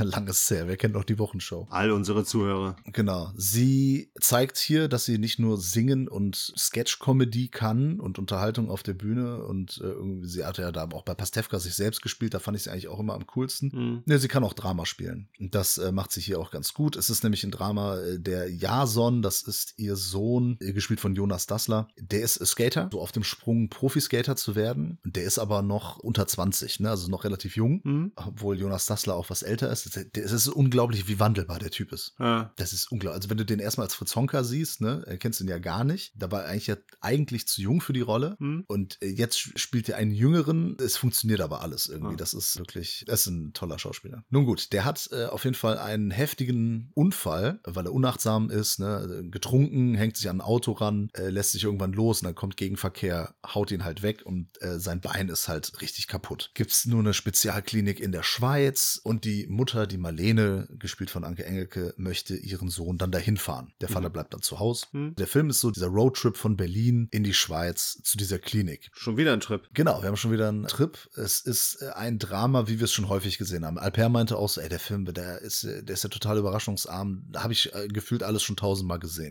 A: Langes her, wer kennt noch die Wochenshow?
B: All unsere Zuhörer.
A: Genau. Sie zeigt hier, dass sie nicht nur singen und Sketch-Comedy kann und Unterhaltung auf der Bühne und äh, irgendwie, sie hatte ja da auch bei Pastewka sich selbst gespielt, da fand ich sie eigentlich auch immer am coolsten.
B: Hm,
A: Ne, sie kann auch Drama spielen. Und Das äh, macht sie hier auch ganz gut. Es ist nämlich ein Drama äh, der Jason, das ist ihr Sohn, äh, gespielt von Jonas Dassler. Der ist äh, Skater, so auf dem Sprung Profiskater zu werden. Und Der ist aber noch unter 20, ne? also noch relativ jung,
B: Mhm. hm,
A: obwohl Jonas Dassler auch was älter ist. Der- der- Es ist unglaublich, wie wandelbar der Typ ist.
B: Äh,
A: Das ist unglaublich. Also, wenn du den erstmal als Fritz Honka siehst, ne, erkennst du ihn ja gar nicht. Dabei eigentlich ja eigentlich zu jung für die Rolle.
B: Mhm. hm.
A: Und äh, jetzt sch- spielt er einen jüngeren. Es funktioniert aber alles irgendwie. Das ist wirklich, das ist ein toller Schauspieler. Nun gut, der hat äh, auf jeden Fall einen heftigen Unfall, weil er unachtsam ist, ne, getrunken, hängt sich an ein Auto ran, äh, lässt sich irgendwann los und dann kommt Gegenverkehr, haut ihn halt weg und äh, sein Bein ist halt richtig kaputt. Gibt es nur eine Spezialklinik in der Schweiz und die Mutter, die Marlene, gespielt von Anke Engelke, möchte ihren Sohn dann dahin fahren. Der Vater bleibt dann zu Hause. Der Film ist so dieser Roadtrip von Berlin in die Schweiz zu dieser Klinik.
B: schon wieder ein Trip.
A: Genau, wir haben schon wieder einen Trip. Es ist äh, ein Drama, wie wir es schon häufig gesehen haben. Alper meinte auch so, ey, der Film, der ist, äh, der ist ja total überraschungsarm. Da habe ich äh, gefühlt alles schon tausendmal gesehen.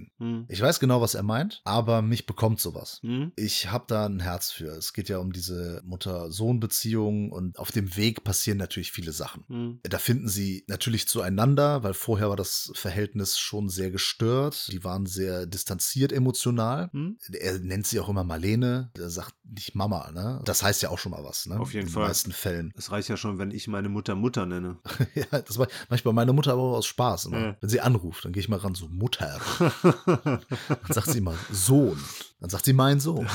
A: Ich weiß genau, was er meint, aber mich bekommt sowas.
B: Hm,
A: Ich habe da ein Herz für. Es geht ja um diese Mutter-Sohn-Beziehung und auf dem Weg passieren natürlich viele Sachen.
B: hm.
A: Da finden sie natürlich zueinander, weil vorher war das Verhältnis schon sehr gestört. Die waren sehr distanziert emotional.
B: Hm?
A: Er nennt sie auch immer Marlene. Er sagt nicht Mama, ne? Das heißt ja auch schon mal was, ne?
B: Auf jeden
A: In
B: Fall.
A: den meisten Fällen.
B: Es reicht ja schon, wenn ich meine Mutter Mutter nenne.
A: ja, das war manchmal meine Mutter aber auch aus Spaß immer. Wenn sie anruft, dann gehe ich mal ran, so Mutter. Dann sagt sie mal Sohn. Dann sagt sie mein Sohn.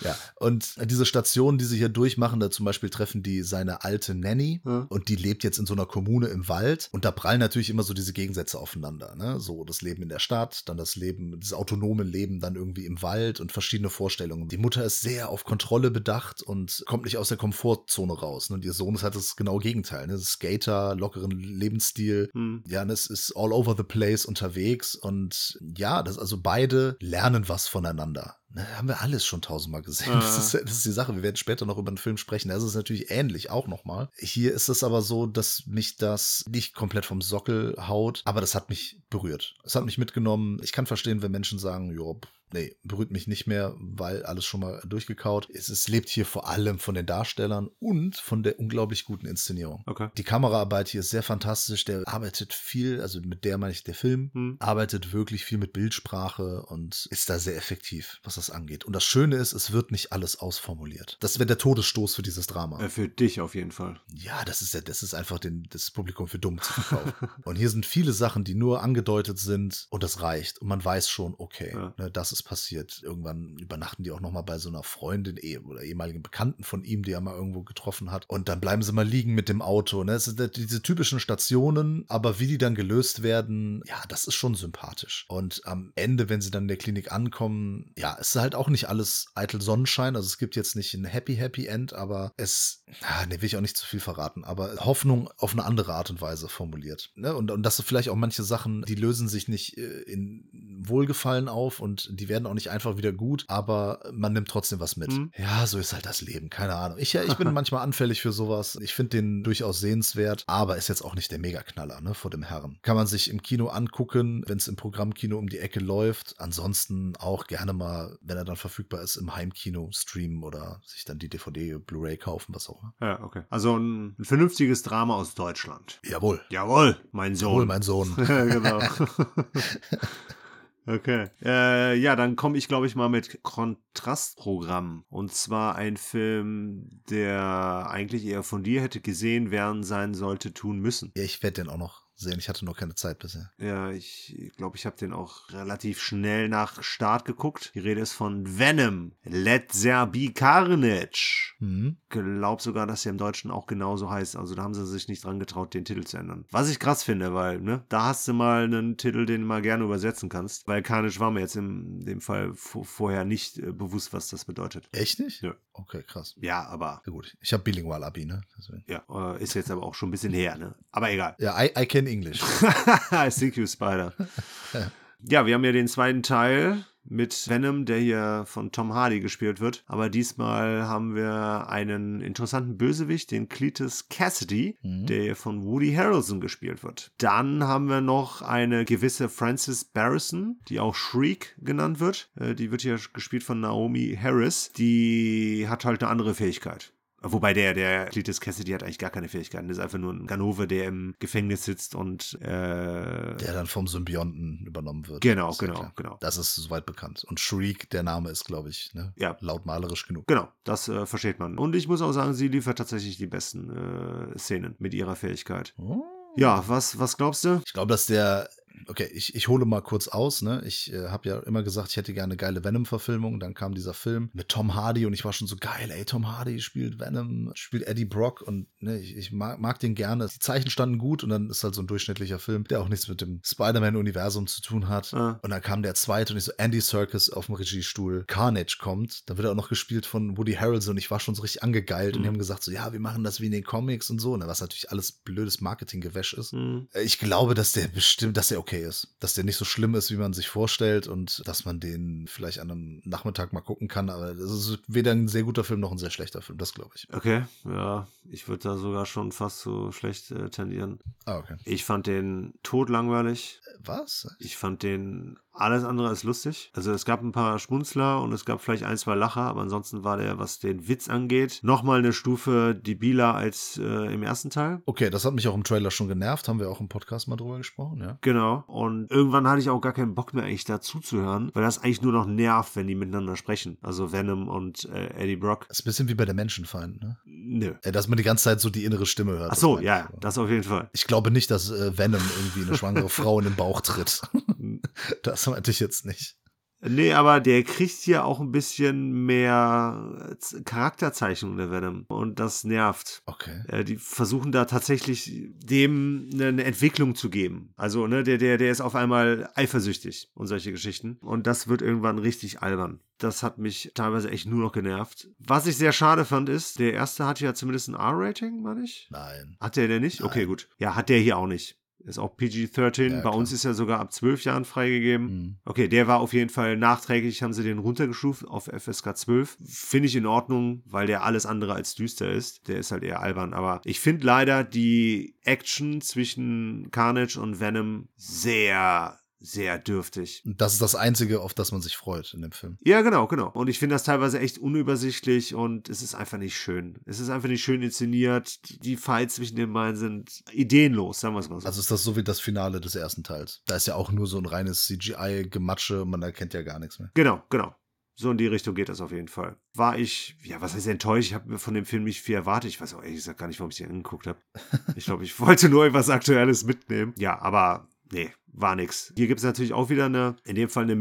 A: Ja, und diese Stationen, die sie hier durchmachen, da zum Beispiel treffen die seine alte Nanny und die lebt jetzt in so einer Kommune im Wald und da prallen natürlich immer so diese Gegensätze aufeinander. Ne? So das Leben in der Stadt, dann das Leben, das autonome Leben dann irgendwie im Wald und verschiedene Vorstellungen. Die Mutter ist sehr auf Kontrolle bedacht und kommt nicht aus der Komfortzone raus. Ne? Und ihr Sohn ist halt das genaue Gegenteil. Ne? Skater, lockeren Lebensstil.
B: Hm,
A: Ja, und es ist all over the place unterwegs und ja, das also beide lernen was voneinander. Ne, haben wir alles schon tausendmal gesehen. Das, ist, das ist die Sache. Wir werden später noch über den Film sprechen. Das ist natürlich ähnlich auch nochmal. Hier ist es aber so, dass mich das nicht komplett vom Sockel haut, aber das hat mich berührt. Es hat mich mitgenommen. Ich kann verstehen, wenn Menschen sagen, jo, pff, nee, berührt mich nicht mehr, weil alles schon mal durchgekaut. Es, es lebt hier vor allem von den Darstellern und von der unglaublich guten Inszenierung.
B: Okay.
A: Die Kameraarbeit hier ist sehr fantastisch. Der arbeitet viel, also mit der meine ich der Film,
B: Hm.
A: arbeitet wirklich viel mit Bildsprache und ist da sehr effektiv, was das angeht. Und das Schöne ist, es wird nicht alles ausformuliert. Das wäre der Todesstoß für dieses Drama.
B: Äh, für dich auf jeden Fall.
A: Ja, das ist ja, das ist einfach den, das Publikum für dumm zu verkaufen. und hier sind viele Sachen, die nur angedeutet sind und das reicht. Und man weiß schon, okay,
B: Ja.
A: ne, das ist passiert. Irgendwann übernachten die auch nochmal bei so einer Freundin eh- oder ehemaligen Bekannten von ihm, die er mal irgendwo getroffen hat. Und dann bleiben sie mal liegen mit dem Auto. Ne? Es sind halt diese typischen Stationen, aber wie die dann gelöst werden, ja, das ist schon sympathisch. Und am Ende, wenn sie dann in der Klinik ankommen, ja, es ist halt auch nicht alles eitel Sonnenschein. Also es gibt jetzt nicht ein Happy Happy End, aber es, ah, ne, will ich auch nicht zu viel verraten, aber Hoffnung auf eine andere Art und Weise formuliert. Ne? Und, und das sind vielleicht auch manche Sachen, die lösen sich nicht äh, in Wohlgefallen auf und die werden auch nicht einfach wieder gut, aber man nimmt trotzdem was mit. Ja, so ist halt das Leben, keine Ahnung. Ich, ich bin manchmal anfällig für sowas. Ich finde den durchaus sehenswert, aber ist jetzt auch nicht der Megaknaller, ne, vor dem Herren. Kann man sich im Kino angucken, wenn es im Programmkino um die Ecke läuft. Ansonsten auch gerne mal, wenn er dann verfügbar ist, im Heimkino streamen oder sich dann die DVD, Blu-ray kaufen, was auch immer.
B: Ja, okay. Also ein, ein vernünftiges Drama aus Deutschland.
A: Jawohl.
B: Jawohl, mein Sohn.
A: Jawohl, mein Sohn.
B: Ja, genau. Okay. Äh, ja, dann komme ich, glaube ich, mal mit Kontrastprogramm. Und zwar ein Film, der eigentlich eher von dir hätte gesehen werden sein sollte, tun müssen.
A: Ja, ich werde den auch noch sehen. Ich hatte nur keine Zeit bisher.
B: Ja, ich glaube, ich habe den auch relativ schnell nach Start geguckt. Die Rede ist von Venom. Let there be Carnage.
A: Mhm.
B: Glaub sogar, dass er im Deutschen auch genauso heißt. Also da haben sie sich nicht dran getraut, den Titel zu ändern. Was ich krass finde, weil, ne, da hast du mal einen Titel, den du mal gerne übersetzen kannst. Weil Carnage war mir jetzt in dem Fall vo- vorher nicht äh, bewusst, was das bedeutet.
A: Echt nicht?
B: Ja.
A: Okay, krass.
B: Ja, aber.
A: Ja, gut. Ich habe Bilingual Abi, ne? Deswegen.
B: Ja, äh, ist jetzt aber auch schon ein bisschen her, ne? Aber egal.
A: Ja, I, I can English.
B: CQ Spider. ja, wir haben ja den zweiten Teil mit Venom, der hier von Tom Hardy gespielt wird. Aber diesmal haben wir einen interessanten Bösewicht, den Cletus Cassidy, der hier von Woody Harrelson gespielt wird. Dann haben wir noch eine gewisse Frances Barrison, die auch Shriek genannt wird. Äh, Die wird hier gespielt von Naomi Harris. Die hat halt eine andere Fähigkeit. Wobei der, der Cletus Cassidy hat eigentlich gar keine Fähigkeiten. Das ist einfach nur ein Ganove, der im Gefängnis sitzt und äh,
A: Der dann vom Symbionten übernommen wird.
B: Genau,
A: Ist ja
B: genau,
A: klar.
B: genau.
A: Das ist soweit bekannt. Und Shriek, der Name ist, glaube ich, ne?
B: Ja.
A: lautmalerisch genug.
B: Genau, das äh, versteht man. Und ich muss auch sagen, sie liefert tatsächlich die besten äh, Szenen mit ihrer Fähigkeit. Ja, was, was glaubst du?
A: Ich glaube, dass der. Okay, ich, ich hole mal kurz aus. Ne? Ich äh, habe ja immer gesagt, ich hätte gerne eine geile Venom-Verfilmung. Dann kam dieser Film mit Tom Hardy und ich war schon so geil, ey, Tom Hardy spielt Venom, spielt Eddie Brock und ne, ich, ich mag, mag den gerne. Die Zeichen standen gut und dann ist halt so ein durchschnittlicher Film, der auch nichts mit dem Spider-Man-Universum zu tun hat.
B: Ah.
A: Und dann kam der zweite und ich so, Andy Serkis auf dem Regiestuhl, Carnage kommt. Dann wird er auch noch gespielt von Woody Harrelson. Ich war schon so richtig angegeilt und die haben gesagt, so, ja, wir machen das wie in den Comics und so. Ne? Was natürlich alles blödes Marketinggewäsch ist. Ich glaube, dass der bestimmt, dass der okay ist. Dass der nicht so schlimm ist, wie man sich vorstellt und dass man den vielleicht an einem Nachmittag mal gucken kann. Aber das ist weder ein sehr guter Film noch ein sehr schlechter Film, das glaube ich.
B: Okay, ja, ich würde da sogar schon fast so schlecht äh, tendieren.
A: Ah, okay.
B: Ich fand den todlangweilig.
A: Was?
B: Ich fand den alles andere als lustig. Also es gab ein paar Schmunzler und es gab vielleicht ein, zwei Lacher, aber ansonsten war der, was den Witz angeht, nochmal eine Stufe debiler als äh, im ersten Teil.
A: Okay, das hat mich auch im Trailer schon genervt. Haben wir auch im Podcast mal drüber gesprochen, ja.
B: Genau. Und irgendwann hatte ich auch gar keinen Bock mehr, eigentlich dazu zu hören, weil das eigentlich nur noch nervt, wenn die miteinander sprechen. Also Venom und äh, Eddie Brock.
A: Ist ein bisschen wie bei der Menschenfeind, ne?
B: Nö.
A: Äh, Dass man die ganze Zeit so die innere Stimme hört.
B: Ach so,
A: Das meine
B: ja,
A: ich.
B: das auf jeden Fall.
A: Ich glaube nicht, dass äh, Venom irgendwie eine schwangere Frau in den Bauch tritt.
B: Hm.
A: das meinte ich jetzt nicht.
B: Nee, aber der kriegt hier auch ein bisschen mehr äh, Z- Charakterzeichnung der Venom. Und das nervt.
A: Okay.
B: Äh, die versuchen da tatsächlich dem eine, eine Entwicklung zu geben. Also, ne, der, der, der ist auf einmal eifersüchtig und solche Geschichten. Und das wird irgendwann richtig albern. Das hat mich teilweise echt nur noch genervt. Was ich sehr schade fand, ist, der erste hatte ja zumindest ein R-Rating, meine ich.
A: Nein.
B: Hat der der nicht? Okay, gut. Ja, hat der hier auch nicht. Ist auch PG-13.
A: Ja,
B: Bei
A: klar.
B: uns ist er sogar ab zwölf Jahren freigegeben.
A: Mhm.
B: Okay, der war auf jeden Fall nachträglich, haben sie den runtergeschuft auf FSK 12. Finde ich in Ordnung, weil der alles andere als düster ist. Der ist halt eher albern. Aber ich finde leider die Action zwischen Carnage und Venom sehr, sehr dürftig.
A: Das ist das Einzige, auf das man sich freut in dem Film.
B: Ja, genau, genau. Und ich finde das teilweise echt unübersichtlich und es ist einfach nicht schön. Es ist einfach nicht schön inszeniert. Die Fights zwischen den beiden sind ideenlos, sagen wir es mal so.
A: Also ist das so wie das Finale des ersten Teils. Da ist ja auch nur so ein reines CGI-Gematsche, man erkennt ja gar nichts mehr.
B: Genau, genau. So in die Richtung geht das auf jeden Fall. War ich, ja, was heißt enttäuscht? Ich habe mir von dem Film nicht viel erwartet. Ich weiß auch ehrlich gesagt gar nicht, warum ich den angeguckt habe. Ich glaube, ich wollte nur irgendwas Aktuelles mitnehmen. Ja, aber nee, war nix. Hier gibt es natürlich auch wieder eine, in dem Fall eine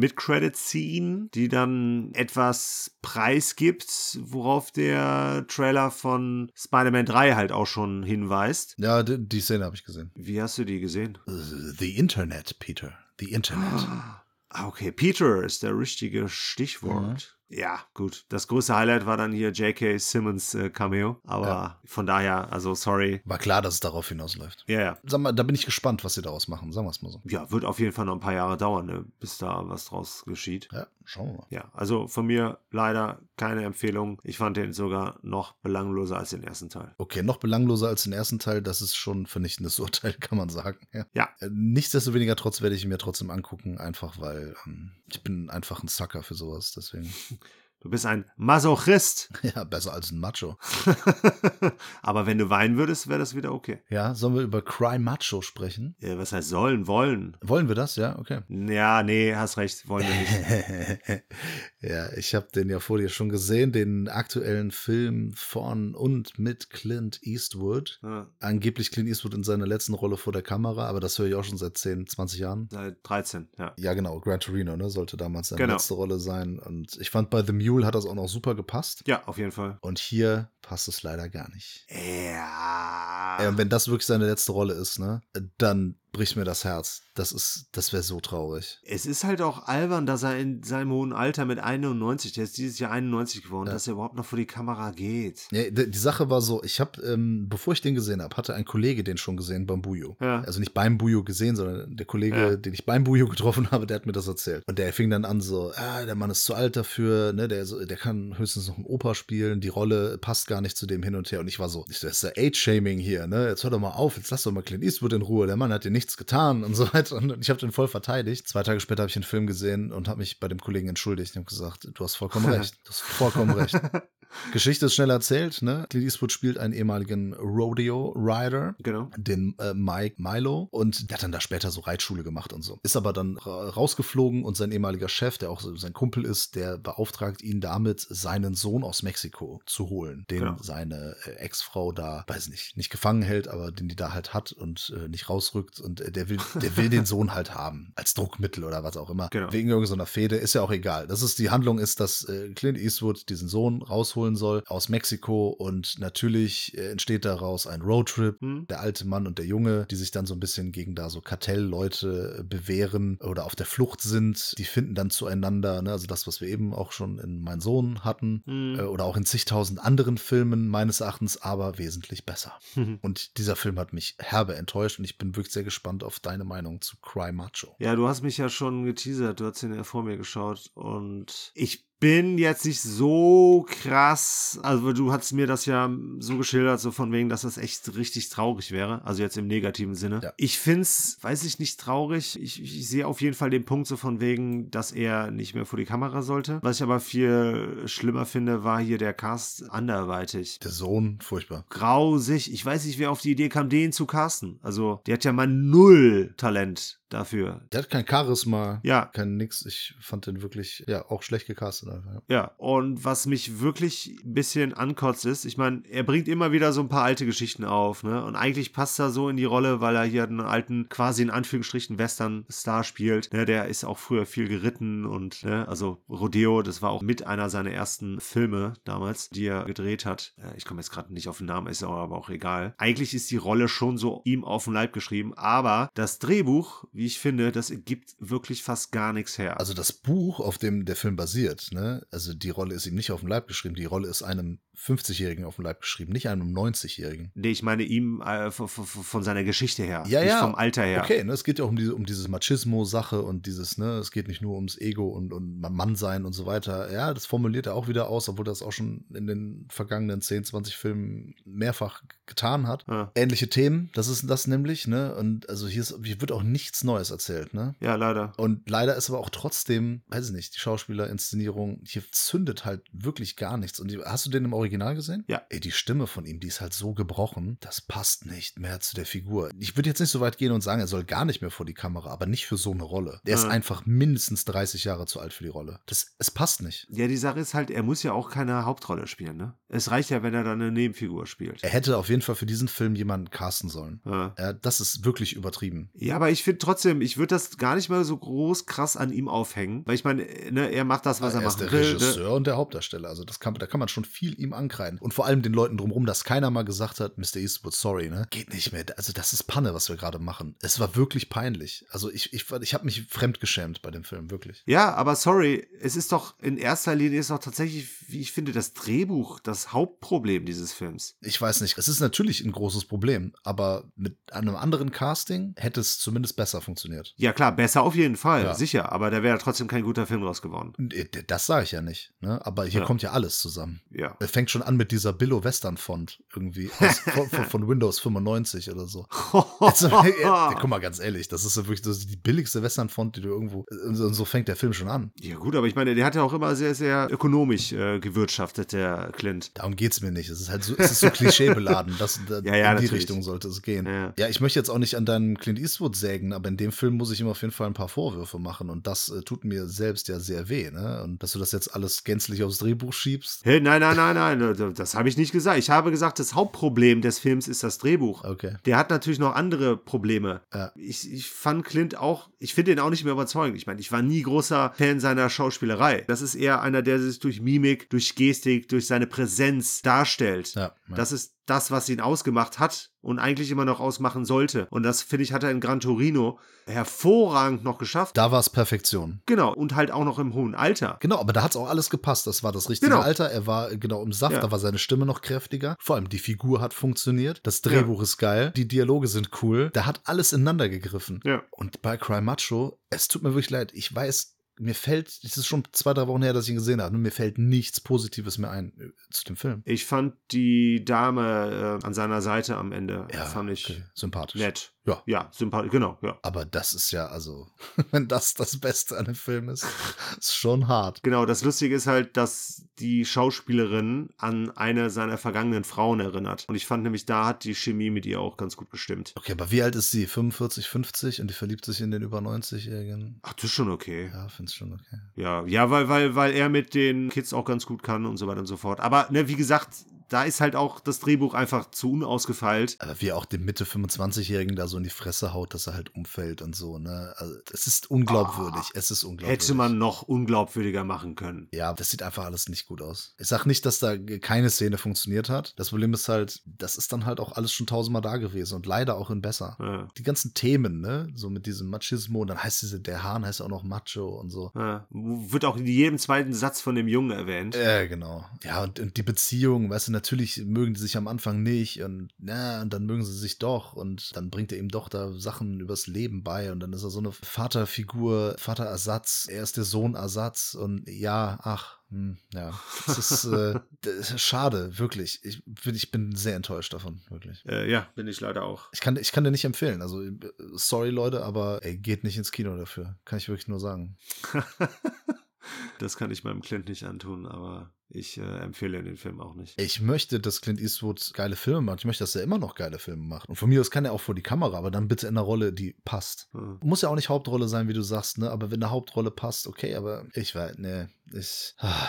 B: Mid-Credit-Scene, die dann etwas preisgibt, worauf der Trailer von Spider-Man 3 halt auch schon hinweist.
A: Ja, die, die Szene habe ich gesehen. Äh,
B: Wie hast du die gesehen?
A: The Internet, Peter. The Internet.
B: Ah, okay. Peter ist der richtige Stichwort. ja, gut. Das größte Highlight war dann hier J.K. Simmons äh, Cameo. Aber von daher, also sorry.
A: War klar, dass es darauf hinausläuft.
B: Ja, ja.
A: Sag mal, da bin ich gespannt, was sie daraus machen. Sagen wir es mal so.
B: Ja, wird auf jeden Fall noch ein paar Jahre dauern, ne, bis da was draus geschieht.
A: Ja, schauen wir mal.
B: Ja, also von mir leider keine Empfehlung. Ich fand den sogar noch belangloser als den ersten Teil.
A: Okay, noch belangloser als den ersten Teil. Das ist schon ein vernichtendes Urteil, kann man sagen. Ja.
B: Ja.
A: Äh, Nichtsdestoweniger trotz werde ich ihn mir trotzdem angucken, einfach weil ähm, ich bin einfach ein Sucker für sowas. Deswegen,
B: Du bist ein Masochist.
A: ja, besser als ein Macho.
B: Aber wenn du weinen würdest, wäre das wieder okay.
A: Ja, sollen wir über Cry Macho sprechen?
B: Äh, was heißt sollen, wollen?
A: Wollen wir das? Ja, okay.
B: Ja, nee, hast recht, wollen wir nicht.
A: ja, ich habe den ja vor dir schon gesehen, den aktuellen Film von und mit Clint Eastwood.
B: Ja,
A: Angeblich Clint Eastwood in seiner letzten Rolle vor der Kamera, aber das höre ich auch schon seit 10, 20 Jahren.
B: seit 13, ja.
A: Ja, genau, Gran Torino, ne, sollte damals seine
B: Genau.
A: letzte Rolle sein. Und ich fand, bei The Mule hat das auch noch super gepasst.
B: Ja, auf jeden Fall.
A: Und hier passt es leider gar nicht.
B: Ja.
A: Ey, und wenn das wirklich seine letzte Rolle ist, ne, dann bricht mir das Herz. Das ist, das wäre so traurig.
B: Es ist halt auch albern, dass er in seinem hohen Alter mit 91, der ist dieses Jahr 91 geworden, dass er überhaupt noch vor die Kamera geht.
A: Ja, d- die Sache war so, ich habe, ähm, bevor ich den gesehen habe, hatte ein Kollege den schon gesehen beim Bujo.
B: Ja.
A: Also nicht beim Bujo gesehen, sondern der Kollege,
B: Ja.
A: den ich beim Bujo getroffen habe, der hat mir das erzählt. Und der fing dann an so, ah, der Mann ist zu alt dafür, ne, der, so- der kann höchstens noch einen Opa spielen, die Rolle passt gar nicht zu dem hin und her. Und ich war so, ich so, das ist ja Age-Shaming hier, ne, jetzt hör doch mal auf, jetzt lass doch mal Clint Eastwood in Ruhe, der Mann hat dir nichts getan und so weiter. Und ich habe den voll verteidigt. Zwei Tage später habe ich den Film gesehen und habe mich bei dem Kollegen entschuldigt und habe gesagt, du hast vollkommen recht, du hast vollkommen recht. Geschichte ist schnell erzählt, ne? Clint Eastwood spielt einen ehemaligen Rodeo-Rider,
B: Genau.
A: den äh, Mike Milo, und der hat dann da später so Reitschule gemacht und so. Ist aber dann ra- rausgeflogen und sein ehemaliger Chef, der auch so sein Kumpel ist, der beauftragt ihn damit, seinen Sohn aus Mexiko zu holen, den
B: Genau.
A: seine äh, Ex-Frau da, weiß nicht, nicht gefangen hält, aber den die da halt hat und äh, nicht rausrückt und äh, der will, der will den Sohn halt haben, als Druckmittel oder was auch immer.
B: Genau.
A: Wegen irgendeiner Fehde, ist ja auch egal. Das ist, die Handlung ist, dass äh, Clint Eastwood diesen Sohn rausholen soll aus Mexiko und natürlich äh, entsteht daraus ein Roadtrip.
B: Hm?
A: Der alte Mann und der Junge, die sich dann so ein bisschen gegen da so Kartellleute äh, bewähren oder auf der Flucht sind, die finden dann zueinander, ne? also das, was wir eben auch schon in Mein Sohn hatten
B: Hm.
A: äh, oder auch in zigtausend anderen Filmen meines Erachtens, aber wesentlich besser. Und dieser Film hat mich herbe enttäuscht und ich bin wirklich sehr gespannt auf deine Meinung zu Cry Macho.
B: Ja, du hast mich ja schon geteasert, du hast ihn ja vor mir geschaut und ich bin jetzt nicht so krass, also du hast mir das ja so geschildert, so von wegen, dass das echt richtig traurig wäre, also jetzt im negativen Sinne.
A: Ja.
B: Ich find's, weiß ich nicht, traurig. Ich, ich, ich sehe auf jeden Fall den Punkt so von wegen, dass er nicht mehr vor die Kamera sollte. Was ich aber viel schlimmer finde, war hier der Cast anderweitig
A: Der Sohn, furchtbar.
B: grausig. Ich weiß nicht, wer auf die Idee kam, den zu casten. Also, der hat ja mal null Talent dafür.
A: Der hat kein Charisma,
B: Ja,
A: kein nix. Ich fand den wirklich, ja, auch schlecht gecastet. einfach, ja.
B: ja. Und was mich wirklich ein bisschen ankotzt ist, ich meine, er bringt immer wieder so ein paar alte Geschichten auf, ne? Und eigentlich passt er so in die Rolle, weil er hier einen alten, quasi in Anführungsstrichen Western-Star spielt. Ne? Der ist auch früher viel geritten und, ne? Also, Rodeo, das war auch mit einer seiner ersten Filme damals, die er gedreht hat. Äh, Ich komme jetzt gerade nicht auf den Namen, ist aber auch egal. Eigentlich ist die Rolle schon so ihm auf den Leib geschrieben, aber das Drehbuch, wie ich finde, das gibt wirklich fast gar nichts her.
A: Also das Buch, auf dem der Film basiert, ne? Also die Rolle ist ihm nicht auf den Leib geschrieben, die Rolle ist einem 50-Jährigen auf den Leib geschrieben, nicht einem 90-Jährigen.
B: Nee, ich meine ihm äh, von, von, von seiner Geschichte her.
A: Ja,
B: nicht
A: ja.
B: vom Alter her.
A: Okay, ne? Es geht ja auch um diese, um dieses Machismo-Sache und dieses, ne, es geht nicht nur ums Ego und, und Mannsein und so weiter. Ja, das formuliert er auch wieder aus, obwohl das auch schon in den vergangenen 10, 20 Filmen mehrfach getan hat.
B: Ja.
A: Ähnliche Themen, das ist das nämlich, ne? Und also hier, ist, hier wird auch nichts Neues erzählt, ne?
B: Ja, leider.
A: Und leider ist aber auch trotzdem, weiß ich nicht, die Schauspielerinszenierung, hier zündet halt wirklich gar nichts. Und die- hast du den im Original gesehen?
B: Ja.
A: Ey, die Stimme von ihm, die ist halt so gebrochen, das passt nicht mehr zu der Figur. Ich würde jetzt nicht so weit gehen und sagen, er soll gar nicht mehr vor die Kamera, aber nicht für so eine Rolle. Der ist
B: Ja.
A: einfach mindestens 30 Jahre zu alt für die Rolle. Das, es passt nicht.
B: Ja, die Sache ist halt, er muss ja auch keine Hauptrolle spielen, ne? Es reicht ja, wenn er dann eine Nebenfigur spielt.
A: Er hätte auf jeden Fall für diesen Film jemanden casten sollen.
B: Ja.
A: Ja, das ist wirklich übertrieben.
B: Ja, aber ich finde trotzdem, ich würde das gar nicht mal so groß krass an ihm aufhängen, weil ich meine, äh, ne, er macht das, was er,
A: er ist
B: machen
A: der
B: will. Ne?
A: Regisseur und der Hauptdarsteller. Also das kann, da kann man schon viel ihm ihm ankreiden. Und vor allem den Leuten drumherum, dass keiner mal gesagt hat, Mr. Eastwood, sorry, ne? Geht nicht mehr. Also das ist Panne, was wir gerade machen. Es war wirklich peinlich. Also ich, ich, ich habe mich fremdgeschämt bei dem Film, wirklich.
B: Ja, aber sorry, es ist doch in erster Linie ist doch tatsächlich, wie ich finde, das Drehbuch das Hauptproblem dieses Films.
A: Ich weiß nicht. Es ist natürlich ein großes Problem, aber mit einem anderen Casting hätte es zumindest besser funktioniert.
B: Ja klar, besser auf jeden Fall,
A: Ja.
B: sicher, aber da wäre trotzdem kein guter Film draus geworden.
A: Und, äh, Das sage ich ja nicht, ne? Aber hier
B: Ja.
A: kommt ja alles zusammen.
B: Ja.
A: Er fängt schon an mit dieser Billo-Western-Font irgendwie aus, von, von, von Windows 95 oder so. Also,
B: äh,
A: ja, guck mal, ganz ehrlich, das ist ja wirklich das ist die billigste Western-Font, die du irgendwo. Und so- und so fängt der Film schon an.
B: Ja gut, aber ich meine, der hat ja auch immer sehr, sehr ökonomisch äh, gewirtschaftet, der Clint.
A: Darum geht's mir nicht. Es ist halt so, es ist so klischeebeladen. Das, da,
B: Ja, ja,
A: in die
B: natürlich.
A: Richtung sollte es gehen.
B: Ja.
A: Ja. ich möchte jetzt auch nicht an deinem Clint Eastwood sägen, aber in dem Film muss ich ihm auf jeden Fall ein paar Vorwürfe machen. Und das äh, tut mir selbst ja sehr weh, ne? Und dass du das jetzt alles gänzlich aufs Drehbuch schiebst.
B: Hey, nein, nein, nein, nein, das habe ich nicht gesagt. Ich habe gesagt, das Hauptproblem des Films ist das Drehbuch.
A: Okay.
B: Der hat natürlich noch andere Probleme.
A: Ja.
B: Ich, ich fand Clint auch, ich finde ihn auch nicht mehr überzeugend. Ich meine, ich war nie großer Fan seiner Schauspielerei. Das ist eher einer, der sich durch Mimik, durch Gestik, durch seine Präsenz darstellt.
A: Ja, ja.
B: Das ist das, was ihn ausgemacht hat und eigentlich immer noch ausmachen sollte. Und das, finde ich, hat er in Gran Torino hervorragend noch geschafft.
A: Da war es Perfektion.
B: Genau, und halt auch noch im hohen Alter.
A: Genau, aber da hat's auch alles gepasst. Das war das richtige
B: Genau.
A: Alter. Er war äh, genau im Saft,
B: Ja.
A: da war seine Stimme noch kräftiger. Vor allem die Figur hat funktioniert. Das Drehbuch ist geil. Die Dialoge sind cool. Da hat alles ineinander gegriffen.
B: Ja.
A: Und bei Cry Macho, es tut mir wirklich leid. Ich weiß, mir fällt, es ist schon zwei, drei Wochen her, dass ich ihn gesehen habe. Mir fällt nichts Positives mehr ein äh, zu dem Film.
B: Ich fand die Dame äh, an seiner Seite am Ende, fand ich
A: okay. sympathisch.
B: nett.
A: Ja.
B: Ja, sympathisch, genau, ja.
A: Aber das ist ja, also, wenn das das Beste an dem Film ist, ist schon hart.
B: Genau, das Lustige ist halt, dass die Schauspielerin an eine seiner vergangenen Frauen erinnert. Und ich fand nämlich, da hat die Chemie mit ihr auch ganz gut gestimmt.
A: Okay, aber wie alt ist sie? 45, 50 und die verliebt sich in den über 90-Jährigen?
B: Ach, das ist schon okay.
A: Ja, find's schon okay.
B: Ja, ja, weil, weil, weil er mit den Kids auch ganz gut kann und so weiter und so fort. Aber ne, wie gesagt, da ist halt auch das Drehbuch einfach zu unausgefeilt.
A: Aber wie er auch dem Mitte 25-Jährigen da so in die Fresse haut, dass er halt umfällt und so, ne? Also, es ist unglaubwürdig. es ist unglaubwürdig.
B: Hätte man noch unglaubwürdiger machen können.
A: Ja, das sieht einfach alles nicht gut aus. Ich sag nicht, dass da ge- keine Szene funktioniert hat. Das Problem ist halt, das ist dann halt auch alles schon tausendmal da gewesen und leider auch in besser.
B: Ja.
A: Die ganzen Themen, ne? So mit diesem Machismo und dann heißt diese, der Hahn heißt ja auch noch Macho und so.
B: Ja. Äh, Wird auch in jedem zweiten Satz von dem Jungen erwähnt.
A: Ja, genau. Ja, und, und die Beziehung, weißt du, natürlich mögen die sich am Anfang nicht und na, und dann mögen sie sich doch und dann bringt er ihm doch da Sachen übers Leben bei und dann ist er so eine Vaterfigur, Vaterersatz, er ist der Sohnersatz und ja, ach, hm, ja. Das ist, äh, das ist schade, wirklich. Ich bin, ich bin sehr enttäuscht davon, wirklich.
B: Äh, ja, bin ich leider auch.
A: Ich kann, ich kann dir nicht empfehlen. Also, äh, sorry, Leute, aber ey, geht nicht ins Kino dafür. Kann ich wirklich nur sagen.
B: Das kann ich meinem Clint nicht antun, aber ich äh, empfehle den Film auch nicht.
A: Ich möchte, dass Clint Eastwood geile Filme macht. Ich möchte, dass er immer noch geile Filme macht. Und von mir aus kann er auch vor die Kamera, aber dann bitte in einer Rolle, die passt.
B: Hm.
A: Muss ja auch nicht Hauptrolle sein, wie du sagst, ne? Aber wenn eine Hauptrolle passt, okay, aber ich weiß, ne, ich. ah,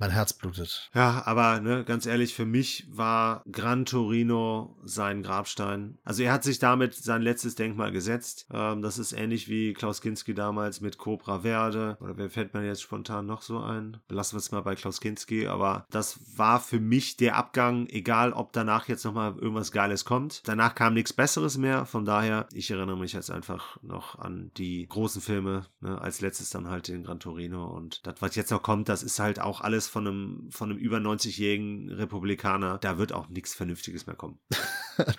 A: mein Herz blutet.
B: Ja, aber ne, ganz ehrlich, für mich war Gran Torino sein Grabstein. Also er hat sich damit sein letztes Denkmal gesetzt. Ähm, das ist ähnlich wie Klaus Kinski damals mit Cobra Verde. Oder wer fällt mir jetzt spontan noch so ein? Lassen wir es mal bei Klaus Kinski. Aber das war für mich der Abgang, egal ob danach jetzt nochmal irgendwas Geiles kommt. Danach kam nichts Besseres mehr. Von daher, ich erinnere mich jetzt einfach noch an die großen Filme. Ne? Als letztes dann halt den Gran Torino. Und das, was jetzt noch kommt, das ist halt auch alles von einem, von einem über 90-jährigen Republikaner. Da wird auch nichts Vernünftiges mehr kommen.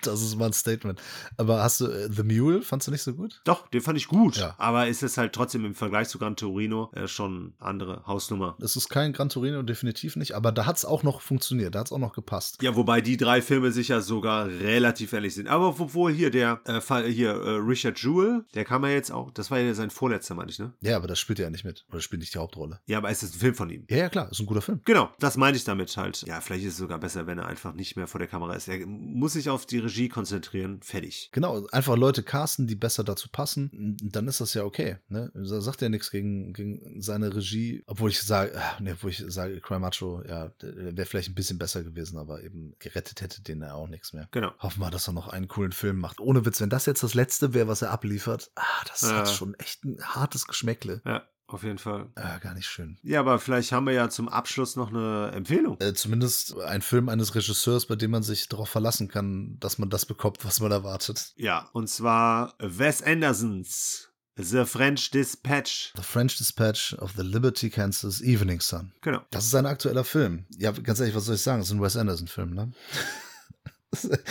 A: Das ist mal ein Statement. Aber hast du äh, The Mule? Fandst du nicht so gut?
B: Doch, den fand ich gut.
A: Ja.
B: Aber ist es halt trotzdem im Vergleich zu Gran Torino äh, schon andere Hausnummer.
A: Es ist kein Gran Torino, definitiv nicht. Aber da hat es auch noch funktioniert. Da hat es auch noch gepasst.
B: Ja, wobei die drei Filme sich ja sogar relativ ähnlich sind. Aber obwohl hier der äh, Fall, hier äh, Richard Jewell, der kam ja jetzt auch, das war ja sein vorletzter, meine ich, ne?
A: Ja, aber das spielt er ja nicht mit. Oder spielt nicht die Hauptrolle.
B: Ja, aber es ist ein Film von ihm.
A: Ja, ja, klar. Ist ein guter Film.
B: Genau, das meine ich damit halt. Ja, vielleicht ist es sogar besser, wenn er einfach nicht mehr vor der Kamera ist. Er muss sich auf die Regie konzentrieren. Fertig.
A: Genau, einfach Leute casten, die besser dazu passen, dann ist das ja okay. Ne? Da sagt er nichts gegen, gegen seine Regie, obwohl ich sage, ah, ne, wo ich sage, Cry Macho, ja, wäre vielleicht ein bisschen besser gewesen, aber eben gerettet hätte den er auch nichts mehr.
B: Genau.
A: Hoffen wir, dass er noch einen coolen Film macht. Ohne Witz, wenn das jetzt das letzte wäre, was er abliefert, ah, das
B: Ja.
A: hat schon echt ein hartes Geschmäckle.
B: Ja. auf jeden Fall.
A: Ah, gar nicht schön.
B: Ja, aber vielleicht haben wir ja zum Abschluss noch eine Empfehlung.
A: Äh, zumindest ein Film eines Regisseurs, bei dem man sich darauf verlassen kann, dass man das bekommt, was man erwartet.
B: Ja, und zwar Wes Andersons The French Dispatch.
A: The French Dispatch of the Liberty, Kansas Evening Sun.
B: Genau.
A: Das ist ein aktueller Film. Ja, ganz ehrlich, was soll ich sagen? Das ist ein Wes Anderson-Film, ne?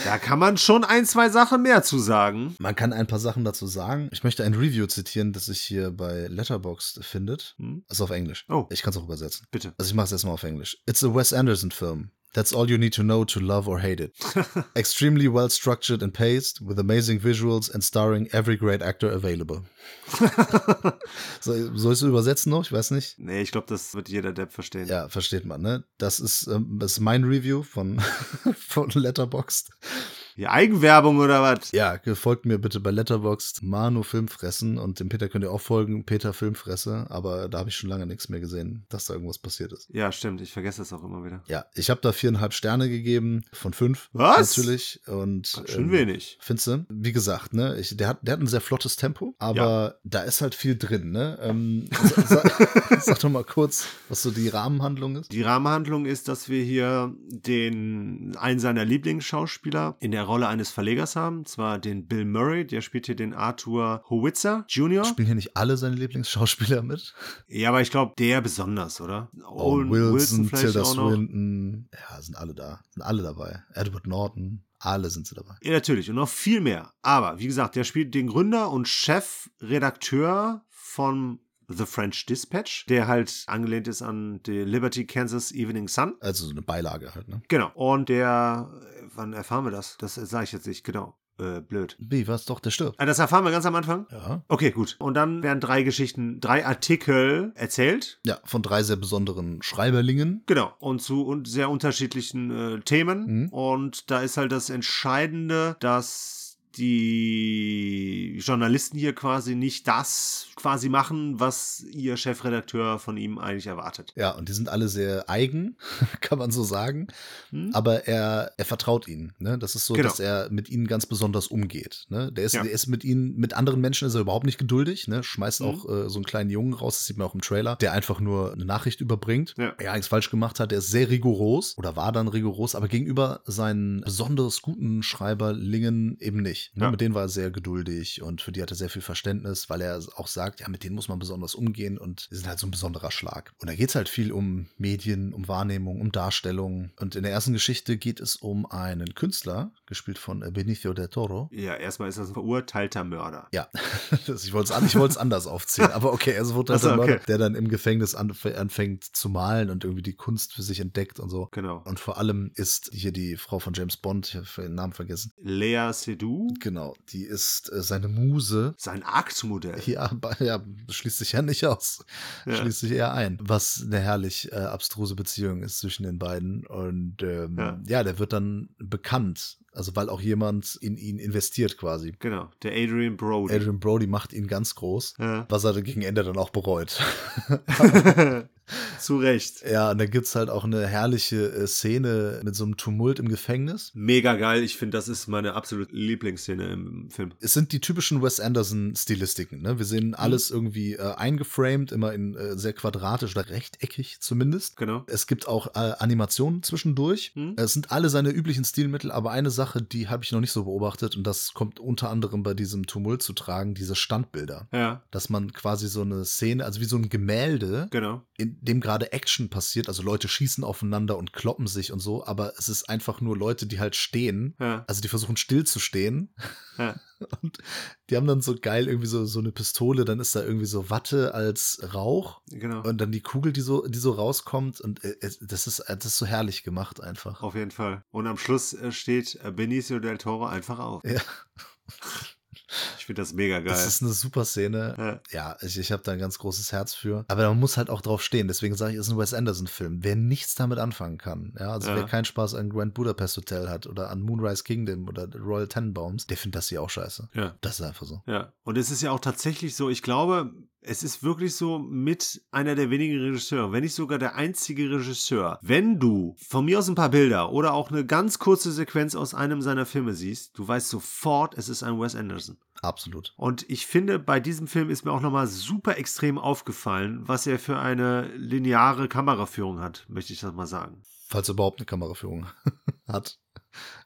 B: Da kann man schon ein, zwei Sachen mehr zu sagen.
A: Man kann ein paar Sachen dazu sagen. Ich möchte ein Review zitieren, das sich hier bei Letterboxd findet.
B: Hm?
A: Ist auf Englisch.
B: Oh.
A: Ich kann es auch übersetzen.
B: Bitte.
A: Also ich mache es jetzt mal auf Englisch. It's a Wes Anderson film. That's all you need to know to love or hate it. Extremely well structured and paced, with amazing visuals and starring every great actor available. Soll, soll ich es übersetzen noch? Ich weiß nicht.
B: Nee, ich glaube, das wird jeder Depp verstehen.
A: Ja, versteht man, ne? Das ist, ähm, das ist mein Review von, von Letterboxd.
B: Die Eigenwerbung oder was?
A: Ja, ge- folgt mir bitte bei Letterboxd Manu Filmfressen und dem Peter könnt ihr auch folgen, Peter Filmfresse, aber da habe ich schon lange nichts mehr gesehen, dass da irgendwas passiert ist.
B: Ja, stimmt. Ich vergesse das auch immer wieder.
A: Ja, ich habe da viereinhalb Sterne gegeben von fünf.
B: Was?
A: Natürlich. Und ähm,
B: Ganz schön wenig.
A: Findest du? Wie gesagt, ne, ich, der, hat, der hat ein sehr flottes Tempo, aber da ist halt viel drin, ne? Ähm, sa sag, sag doch mal kurz, was so die Rahmenhandlung ist.
B: Die Rahmenhandlung ist, dass wir hier den einen seiner Lieblingsschauspieler in der Rolle eines Verlegers haben, zwar den Bill Murray, der spielt hier den Arthur Howitzer Jr.
A: Spielen hier nicht alle seine Lieblingsschauspieler mit?
B: Ja, aber ich glaube, der besonders, oder?
A: Owen
B: Owen
A: Oh, Wilson, Tilda
B: auch noch.
A: Swinton, ja, sind alle da. Sind alle dabei. Edward Norton, alle sind sie dabei.
B: Ja, natürlich. Und noch viel mehr. Aber wie gesagt, der spielt den Gründer und Chefredakteur von The French Dispatch, der halt angelehnt ist an die Liberty, Kansas Evening Sun.
A: Also so eine Beilage halt, ne?
B: Genau. Und der, wann erfahren wir das? Das sage ich jetzt nicht, genau. Äh, blöd.
A: Wie, was? Doch, der stirbt.
B: Ah, Das erfahren wir ganz am Anfang.
A: Ja.
B: Okay, gut. Und dann werden drei Geschichten, drei Artikel erzählt.
A: Ja, von drei sehr besonderen Schreiberlingen.
B: Genau. Und zu un sehr unterschiedlichen äh, Themen.
A: Mhm.
B: Und da ist halt das Entscheidende, dass die Journalisten hier quasi nicht das quasi machen, was ihr Chefredakteur von ihm eigentlich erwartet.
A: Ja, und die sind alle sehr eigen, kann man so sagen. Aber er, er vertraut ihnen. Ne? Das ist so,
B: Hm? Genau.
A: dass er mit ihnen ganz besonders umgeht. Ne? Der, ist,
B: Ja.
A: der ist mit ihnen, mit anderen Menschen ist er überhaupt nicht geduldig. Ne?
B: Hm.
A: Schmeißt auch äh, so einen kleinen Jungen raus, das sieht man auch im Trailer, der einfach nur eine Nachricht überbringt.
B: Ja.
A: Er nichts falsch gemacht hat. Der ist sehr rigoros oder war dann rigoros, aber gegenüber seinen besonders guten Schreiberlingen eben nicht. Ne?
B: Ja.
A: Mit denen war er sehr geduldig und für die hat er sehr viel Verständnis, weil er auch sagt, ja, mit denen muss man besonders umgehen und die sind halt so ein besonderer Schlag. Und da geht es halt viel um Medien, um Wahrnehmung, um Darstellung. Und in der ersten Geschichte geht es um einen Künstler, gespielt von äh, Benicio del Toro.
B: Ja, erstmal ist das ein verurteilter Mörder.
A: Ja, Das- ich wollte es an, ich wollte es anders aufzählen, aber okay, also wurde
B: Ach so,
A: der Mörder,
B: okay.
A: der dann im Gefängnis anf anfängt zu malen und irgendwie die Kunst für sich entdeckt und so.
B: Genau.
A: Und vor allem ist hier die Frau von James Bond, ich habe den Namen vergessen.
B: Lea Seydoux,
A: Genau, die ist äh, seine Muse.
B: sein Aktmodell.
A: Ja, ba- ja, schließt sich ja nicht aus.
B: Ja.
A: Schließt sich eher ein. Was eine herrlich äh, abstruse Beziehung ist zwischen den beiden. Und ähm,
B: Ja.
A: ja. der wird dann bekannt. Also, weil auch jemand in ihn investiert quasi.
B: Genau, der Adrian Brody.
A: Adrian Brody macht ihn ganz groß,
B: Ja.
A: was er gegen Ende dann auch bereut.
B: Zu Recht.
A: ja, und da gibt es halt auch eine herrliche äh, Szene mit so einem Tumult im Gefängnis.
B: Mega geil. Ich finde, das ist meine absolute Lieblingsszene im Film.
A: es sind die typischen Wes Anderson-Stilistiken. Ne? Wir sehen alles irgendwie äh, eingeframed, immer in äh, sehr quadratisch oder rechteckig zumindest.
B: Genau.
A: Es gibt auch äh, Animationen zwischendurch. Es sind alle seine üblichen Stilmittel, aber eine Sache, die habe ich noch nicht so beobachtet und das kommt unter anderem bei diesem Tumult zu tragen, diese Standbilder.
B: Ja,
A: Dass man quasi so eine Szene, also wie so ein Gemälde,
B: genau.
A: in dem gerade Action passiert, also Leute schießen aufeinander und kloppen sich und so, aber es ist einfach nur Leute, die halt stehen,
B: Ja.
A: also die versuchen still zu stehen.
B: Ja.
A: Und die haben dann so geil irgendwie so, so eine Pistole, dann ist da irgendwie so Watte als Rauch
B: Genau.
A: und dann die Kugel, die so, die so rauskommt und äh, es- das ist, das ist so herrlich gemacht einfach.
B: Auf jeden Fall. Und am Schluss äh, steht äh, Benicio del Toro einfach auf.
A: Ja.
B: Ich finde das mega geil.
A: Das ist eine super Szene.
B: ja.
A: Ja, ich, ich habe da ein ganz großes Herz für. Aber man muss halt auch drauf stehen. Deswegen sage ich, es ist ein Wes Anderson-Film. Wer nichts damit anfangen kann, ja, also
B: Ja.
A: wer keinen Spaß an Grand Budapest Hotel hat oder an Moonrise Kingdom oder Royal Tenenbaums, der findet das hier auch scheiße.
B: Ja.
A: Das ist einfach so.
B: ja. Und es ist ja auch tatsächlich so, ich glaube, es ist wirklich so mit einer der wenigen Regisseure, wenn nicht sogar der einzige Regisseur. Wenn du von mir aus ein paar Bilder oder auch eine ganz kurze Sequenz aus einem seiner Filme siehst, du weißt sofort, es ist ein Wes Anderson.
A: Absolut.
B: Und ich finde, bei diesem Film ist mir auch nochmal super extrem aufgefallen, was er für eine lineare Kameraführung hat, möchte ich das mal sagen.
A: Falls er überhaupt eine Kameraführung hat.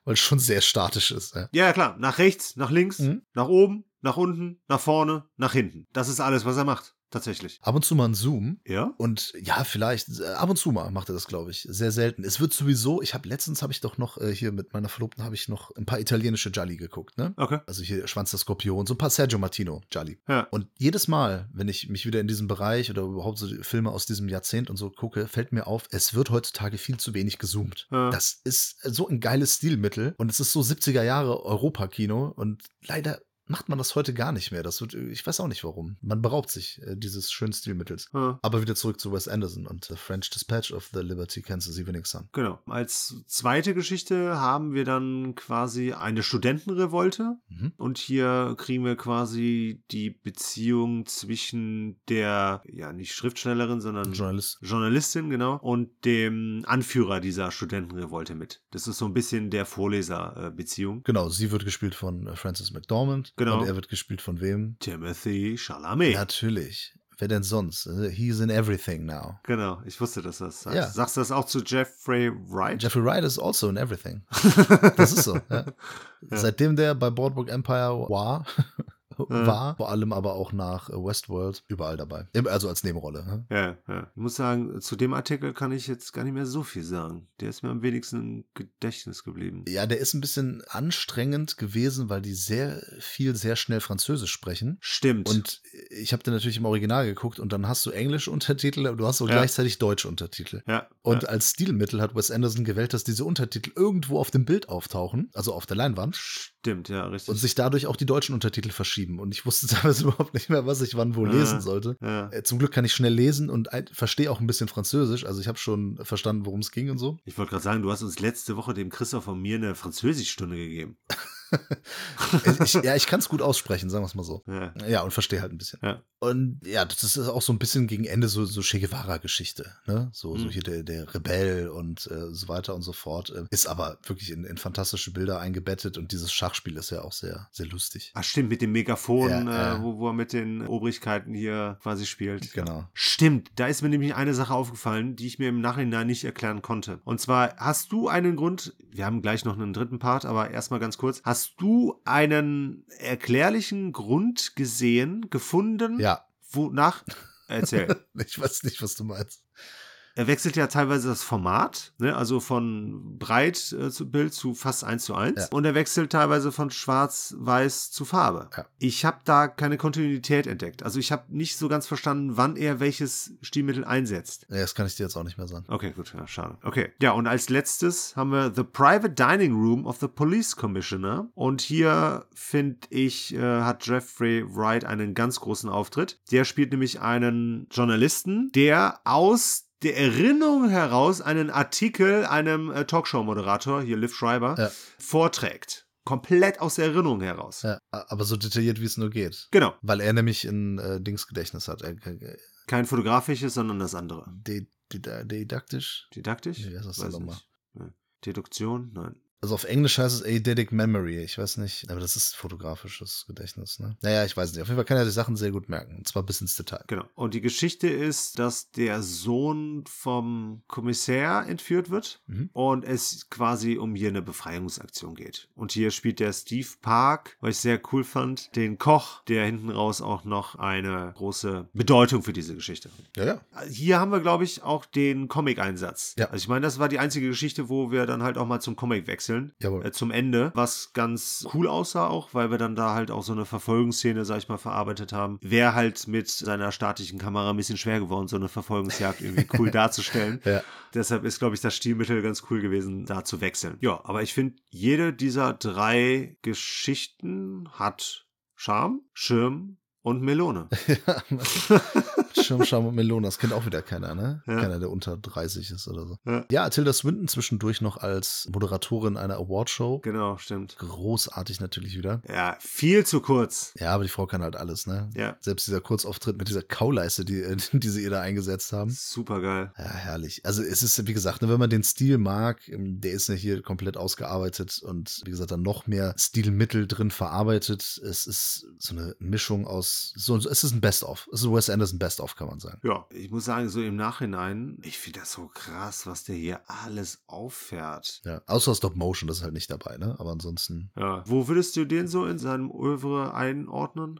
A: Weil es schon sehr statisch ist. Ja.
B: Ja, ja, klar, nach rechts, nach links,
A: Mhm.
B: nach oben, nach unten, nach vorne, nach hinten. Das ist alles, was er macht, tatsächlich.
A: Ab und zu mal ein Zoom.
B: Ja?
A: Und ja, vielleicht, äh, ab und zu mal macht er das, glaube ich. Sehr selten. Es wird sowieso, ich habe letztens habe ich doch noch, äh, hier mit meiner Verlobten habe ich noch ein paar italienische Jolly geguckt, ne?
B: Okay.
A: Also hier Schwanz der Skorpion, so ein paar Sergio Martino Jolly.
B: Ja.
A: Und jedes Mal, wenn ich mich wieder in diesem Bereich oder überhaupt so die Filme aus diesem Jahrzehnt und so gucke, fällt mir auf, es wird heutzutage viel zu wenig gezoomt.
B: Ja.
A: Das ist so ein geiles Stilmittel und es ist so 70er Jahre Europakino und leider macht man das heute gar nicht mehr. Das wird, ich weiß auch nicht warum. Man beraubt sich äh, dieses schönen Stilmittels.
B: Ja.
A: Aber wieder zurück zu Wes Anderson und The French Dispatch of the Liberty Kansas Evening Sun.
B: Genau. Als zweite Geschichte haben wir dann quasi eine Studentenrevolte.
A: Mhm.
B: Und hier kriegen wir quasi die Beziehung zwischen der, ja, nicht Schriftstellerin, sondern
A: Journalist.
B: Journalistin, genau, und dem Anführer dieser Studentenrevolte mit. Das ist so ein bisschen der Vorleser-Beziehung.
A: Genau, sie wird gespielt von äh, Frances McDormand.
B: Genau.
A: Und er wird gespielt von wem?
B: Timothy Chalamet.
A: Natürlich. Wer denn sonst? Äh, He's in everything now.
B: Genau, ich wusste, dass du das sagst.
A: Ja.
B: Sagst du das auch zu Jeffrey Wright?
A: Jeffrey Wright is also in everything. Das ist so. Ja. Seitdem der bei Boardwalk Empire war, war vor allem aber auch nach äh, Westworld überall dabei. Im- Also als Nebenrolle. ne?
B: ja, ja. Ich muss sagen, zu dem Artikel kann ich jetzt gar nicht mehr so viel sagen. Der ist mir am wenigsten im Gedächtnis geblieben.
A: Ja, der ist ein bisschen anstrengend gewesen, weil die sehr viel, sehr schnell Französisch sprechen.
B: Stimmt.
A: Und ich habe dann natürlich im Original geguckt und dann hast du englische Untertitel und du hast auch
B: Ja.
A: gleichzeitig deutsche Untertitel.
B: ja,
A: Und
B: ja.
A: als Stilmittel hat Wes Anderson gewählt, dass diese Untertitel irgendwo auf dem Bild auftauchen, also auf der Leinwand.
B: stimmt, ja, richtig.
A: Und sich dadurch auch die deutschen Untertitel verschieben. Und ich wusste teilweise überhaupt nicht mehr, was ich wann wo
B: Ah.
A: lesen sollte.
B: ja.
A: Äh, Zum Glück kann ich schnell lesen und ein- verstehe auch ein bisschen Französisch. Also ich habe schon verstanden, worum es ging und so.
B: Ich wollte gerade sagen, du hast uns letzte Woche dem Christoph und mir eine Französischstunde gegeben.
A: Äh, Ich, ja, ich kann es gut aussprechen, sagen wir es mal so.
B: Ja.
A: Ja, und verstehe halt ein bisschen.
B: Ja.
A: Und ja, das ist auch so ein bisschen gegen Ende so, so Che Guevara-Geschichte. Ne? So, so
B: Mhm.
A: hier der, der Rebell und äh, so weiter und so fort. Äh, Ist aber wirklich in, in fantastische Bilder eingebettet und dieses Schachspiel ist ja auch sehr, sehr lustig.
B: Ach stimmt, mit dem Megafon,
A: Ja,
B: äh,
A: ja.
B: Wo, wo er mit den Obrigkeiten hier quasi spielt.
A: Genau.
B: Stimmt, da ist mir nämlich eine Sache aufgefallen, die ich mir im Nachhinein nicht erklären konnte. Und zwar hast du einen Grund, wir haben gleich noch einen dritten Part, aber erstmal ganz kurz, hast du einen erklärlichen Grund gesehen, gefunden,
A: Ja,
B: wonach... Erzähl.
A: ich weiß nicht, was du meinst.
B: Er wechselt ja teilweise das Format, ne? also von breit äh, zu Bild zu fast 1 zu 1.
A: Ja.
B: Und er wechselt teilweise von schwarz-weiß zu Farbe.
A: Ja.
B: Ich habe da keine Kontinuität entdeckt. Also ich habe nicht so ganz verstanden, wann er welches Stilmittel einsetzt.
A: Ja, das kann ich dir jetzt auch nicht mehr sagen.
B: Okay, gut, ja, schade. Okay, ja, und als letztes haben wir The Private Dining Room of the Police Commissioner. Und hier, finde ich, äh, hat Jeffrey Wright einen ganz großen Auftritt. Der spielt nämlich einen Journalisten, der aus der Erinnerung heraus einen Artikel einem äh, Talkshow-Moderator, hier Liv Schreiber,
A: Ja.
B: vorträgt. Komplett aus der Erinnerung heraus.
A: Ja, a- aber so detailliert, wie es nur geht.
B: Genau,
A: Weil er nämlich ein äh, Dings Gedächtnis hat. Er, äh,
B: kein fotografisches, sondern das andere.
A: de, de, didaktisch.
B: Didaktisch?
A: Wie heißt das denn nochmal?
B: Nee. Deduktion? Nein.
A: Also auf Englisch heißt es Eidetic Memory. Ich weiß nicht. Aber das ist fotografisches Gedächtnis, ne? Naja, ich weiß nicht. Auf jeden Fall kann er die Sachen sehr gut merken. Und zwar bis ins Detail.
B: Genau. Und die Geschichte ist, dass der Sohn vom Kommissär entführt wird
A: Mhm.
B: und es quasi um hier eine Befreiungsaktion geht. Und hier spielt der Steve Park, was ich sehr cool fand, den Koch, der hinten raus auch noch eine große Bedeutung für diese Geschichte.
A: Ja, ja.
B: Hier haben wir, glaube ich, auch den Comic-Einsatz.
A: Ja.
B: Also ich meine, das war die einzige Geschichte, wo wir dann halt auch mal zum Comic wechseln.
A: Jawohl.
B: Äh, zum Ende, was ganz cool aussah auch, weil wir dann da halt auch so eine Verfolgungsszene, sag ich mal, verarbeitet haben. Wäre halt mit seiner statischen Kamera ein bisschen schwer geworden, so eine Verfolgungsjagd irgendwie cool darzustellen.
A: Ja.
B: Deshalb ist, glaube ich, das Stilmittel ganz cool gewesen, da zu wechseln. Ja, aber ich finde, jede dieser drei Geschichten hat Charme, Schirm und Melone.
A: Schirmscham und Melone, das kennt auch wieder keiner, ne? Keiner, der unter 30 ist oder so. Ja, Tilda Swinton zwischendurch noch als Moderatorin einer Awardshow.
B: Genau, stimmt.
A: Großartig natürlich wieder.
B: Ja, viel zu kurz.
A: Ja, aber die Frau kann halt alles, ne?
B: Ja.
A: Selbst dieser Kurzauftritt mit dieser Kauleiste, die, äh, die sie ihr da eingesetzt
B: Mhm.
A: haben.
B: Super geil.
A: Ja, herrlich. Also es ist, wie gesagt, ne, wenn man den Stil mag, ähm, der ist ja hier komplett ausgearbeitet und wie gesagt, dann noch mehr Stilmittel drin verarbeitet. Es ist so eine Mischung aus, so, es ist ein Best-of. Es ist Wes Anderson Best-of, kann man sagen.
B: Ja, ich muss sagen, so im Nachhinein, ich finde das so krass, was der hier alles auffährt.
A: Ja, außer Stop Motion, das ist halt nicht dabei, ne? Aber ansonsten,
B: Ja. Wo würdest du den so in seinem Övre einordnen?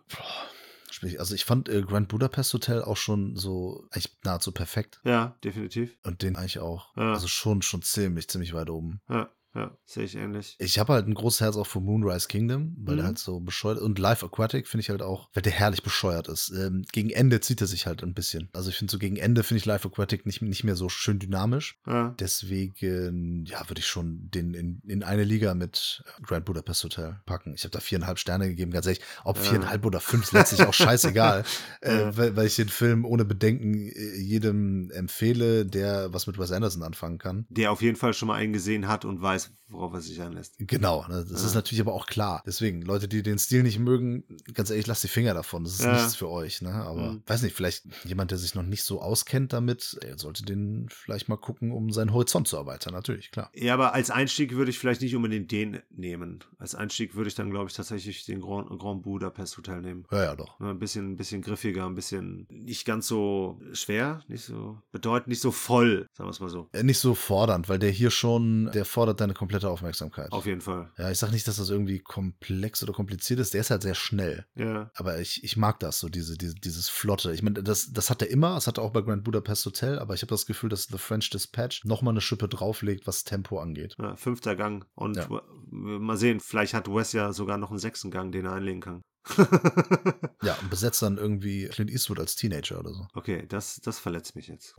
A: sprich, also ich fand äh, Grand Budapest Hotel auch schon so eigentlich nahezu perfekt.
B: Ja, definitiv.
A: Und den eigentlich auch.
B: Ja.
A: Also schon, schon ziemlich, ziemlich weit oben.
B: Ja, ja, sehe ich ähnlich.
A: Ich habe halt ein großes Herz auch für Moonrise Kingdom, weil der halt so bescheuert und Live Aquatic finde ich halt auch, weil der herrlich bescheuert ist. Ähm, gegen Ende zieht er sich halt ein bisschen. Also ich finde so gegen Ende finde ich Live Aquatic nicht, nicht mehr so schön dynamisch.
B: Ja.
A: Deswegen, ja, würde ich schon den in, in eine Liga mit Grand Budapest Hotel packen. Ich habe da viereinhalb Sterne gegeben, ganz ehrlich. Ob viereinhalb oder fünf, ist letztlich auch scheißegal. äh, weil, weil ich den Film ohne Bedenken äh, jedem empfehle, der was mit Wes Anderson anfangen kann.
B: Der auf jeden Fall schon mal einen gesehen hat und weiß, worauf er sich einlässt.
A: Genau, ne? das ist natürlich aber auch klar. Deswegen, Leute, die den Stil nicht mögen, ganz ehrlich, lasst die Finger davon. Das ist
B: Ja. Mhm.
A: nichts für euch, ne? Aber weiß nicht, vielleicht jemand, der sich noch nicht so auskennt damit, der sollte den vielleicht mal gucken, um seinen Horizont zu erweitern. Natürlich, klar.
B: Ja, aber als Einstieg würde ich vielleicht nicht unbedingt den nehmen. Als Einstieg würde ich dann, glaube ich, tatsächlich den Grand, Grand Budapest Hotel nehmen.
A: Ja, ja, doch.
B: Ne, Ein bisschen, ein bisschen griffiger, ein bisschen nicht ganz so schwer, nicht so bedeutend, nicht so voll, sagen wir es mal so.
A: Äh, Nicht so fordernd, weil der hier schon, der fordert deine komplette Aufmerksamkeit.
B: Auf jeden Fall.
A: ja, ich sag nicht, dass das irgendwie komplex oder kompliziert ist. Der ist halt sehr schnell.
B: Ja.
A: Aber ich, ich mag das, so diese, diese, dieses Flotte. Ich meine, das, das hat er immer, das hat er auch bei Grand Budapest Hotel, aber ich habe das Gefühl, dass The French Dispatch nochmal eine Schippe drauflegt, was Tempo angeht.
B: ja fünfter Gang. Und
A: Ja.
B: w- mal sehen, vielleicht hat Wes ja sogar noch einen sechsten Gang, den er einlegen kann.
A: Ja, und besetzt dann irgendwie Clint Eastwood als Teenager oder so.
B: Okay, das, das verletzt mich jetzt.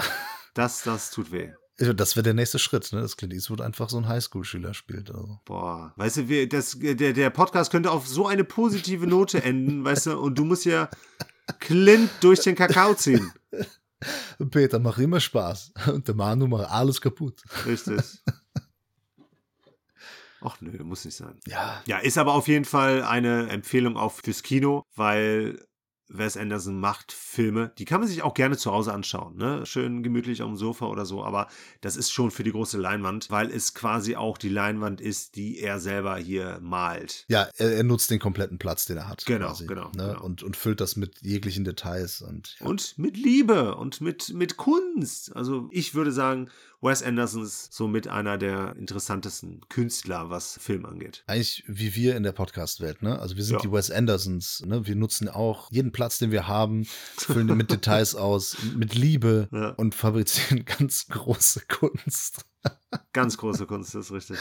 B: Das, das tut weh.
A: Also das wäre der nächste Schritt, ne? dass Clint Eastwood einfach so einen Highschool-Schüler spielt. Also.
B: Boah, weißt du, wir, das, der, der Podcast könnte auf so eine positive Note enden, weißt du, und du musst ja Clint durch den Kakao ziehen.
A: Peter, mach immer Spaß. Und der Manu macht alles kaputt.
B: Richtig. Ach nö, muss nicht sein.
A: Ja,
B: Ja, ist aber auf jeden Fall eine Empfehlung auch fürs Kino, weil Wes Anderson macht Filme, die kann man sich auch gerne zu Hause anschauen, ne? Schön gemütlich auf dem Sofa oder so, aber das ist schon für die große Leinwand, weil es quasi auch die Leinwand ist, die er selber hier malt.
A: ja er, er nutzt den kompletten Platz, den er hat.
B: Genau, genau,
A: ne?
B: genau.
A: Und, und füllt das mit jeglichen Details. Und, ja.
B: Und mit Liebe und mit, mit Kunst. Also ich würde sagen, Wes Anderson ist somit einer der interessantesten Künstler, was Film angeht.
A: eigentlich wie wir in der Podcast-Welt, ne? Also wir sind
B: Ja.
A: die Wes Andersons, ne? Wir nutzen auch jeden Platz, den wir haben, füllen den mit Details aus, mit Liebe
B: Ja.
A: und fabrizieren ganz große Kunst.
B: Ganz große Kunst, das ist richtig.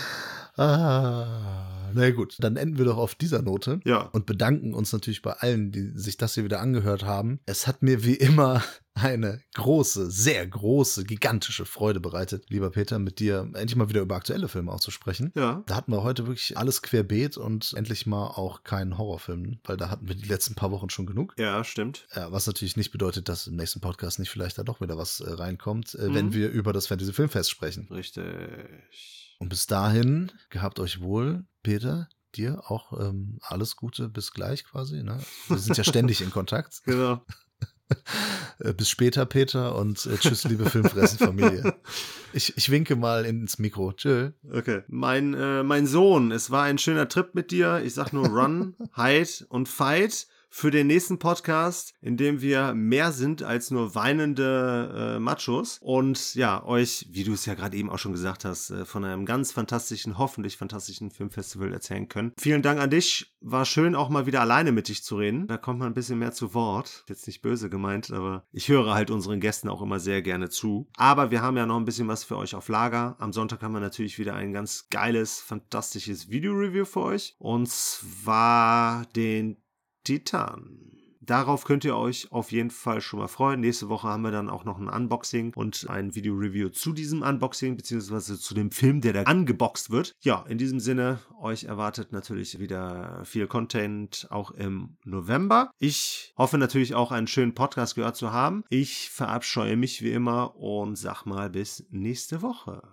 A: Ah, na ja, gut, dann enden wir doch auf dieser Note.
B: Ja.
A: Und bedanken uns natürlich bei allen, die sich das hier wieder angehört haben. Es hat mir wie immer eine große, sehr große, gigantische Freude bereitet, lieber Peter, mit dir endlich mal wieder über aktuelle Filme auch zu sprechen.
B: Ja.
A: Da hatten wir heute wirklich alles querbeet und endlich mal auch keinen Horrorfilm, weil da hatten wir die letzten paar Wochen schon genug.
B: Ja, stimmt.
A: Ja, was natürlich nicht bedeutet, dass im nächsten Podcast nicht vielleicht da doch wieder was äh, reinkommt, äh, wenn wir über das Fantasy Filmfest sprechen.
B: Richtig.
A: Und bis dahin, gehabt euch wohl, Peter, dir auch ähm, alles Gute, bis gleich quasi. Ne? Wir sind ja ständig in Kontakt.
B: Genau.
A: Äh, bis später, Peter, und äh, tschüss, liebe Filmfressen-Familie. Ich, ich winke mal ins Mikro. Tschö.
B: Okay. Mein, äh, mein Sohn, es war ein schöner Trip mit dir. Ich sag nur Run, Hide und Fight für den nächsten Podcast, in dem wir mehr sind als nur weinende äh, Machos. Und ja, euch, wie du es ja gerade eben auch schon gesagt hast, äh, von einem ganz fantastischen, hoffentlich fantastischen Filmfestival erzählen können. Vielen Dank an dich. War schön, auch mal wieder alleine mit dich zu reden. Da kommt man ein bisschen mehr zu Wort. Jetzt nicht böse gemeint, aber ich höre halt unseren Gästen auch immer sehr gerne zu. Aber wir haben ja noch ein bisschen was für euch auf Lager. Am Sonntag haben wir natürlich wieder ein ganz geiles, fantastisches Video-Review für euch. Und zwar den Titan. Darauf könnt ihr euch auf jeden Fall schon mal freuen. Nächste Woche haben wir dann auch noch ein Unboxing und ein Video-Review zu diesem Unboxing, beziehungsweise zu dem Film, der da angeboxt wird. Ja, in diesem Sinne, euch erwartet natürlich wieder viel Content auch im November. Ich hoffe natürlich auch einen schönen Podcast gehört zu haben. Ich verabscheue mich wie immer und sag mal bis nächste Woche.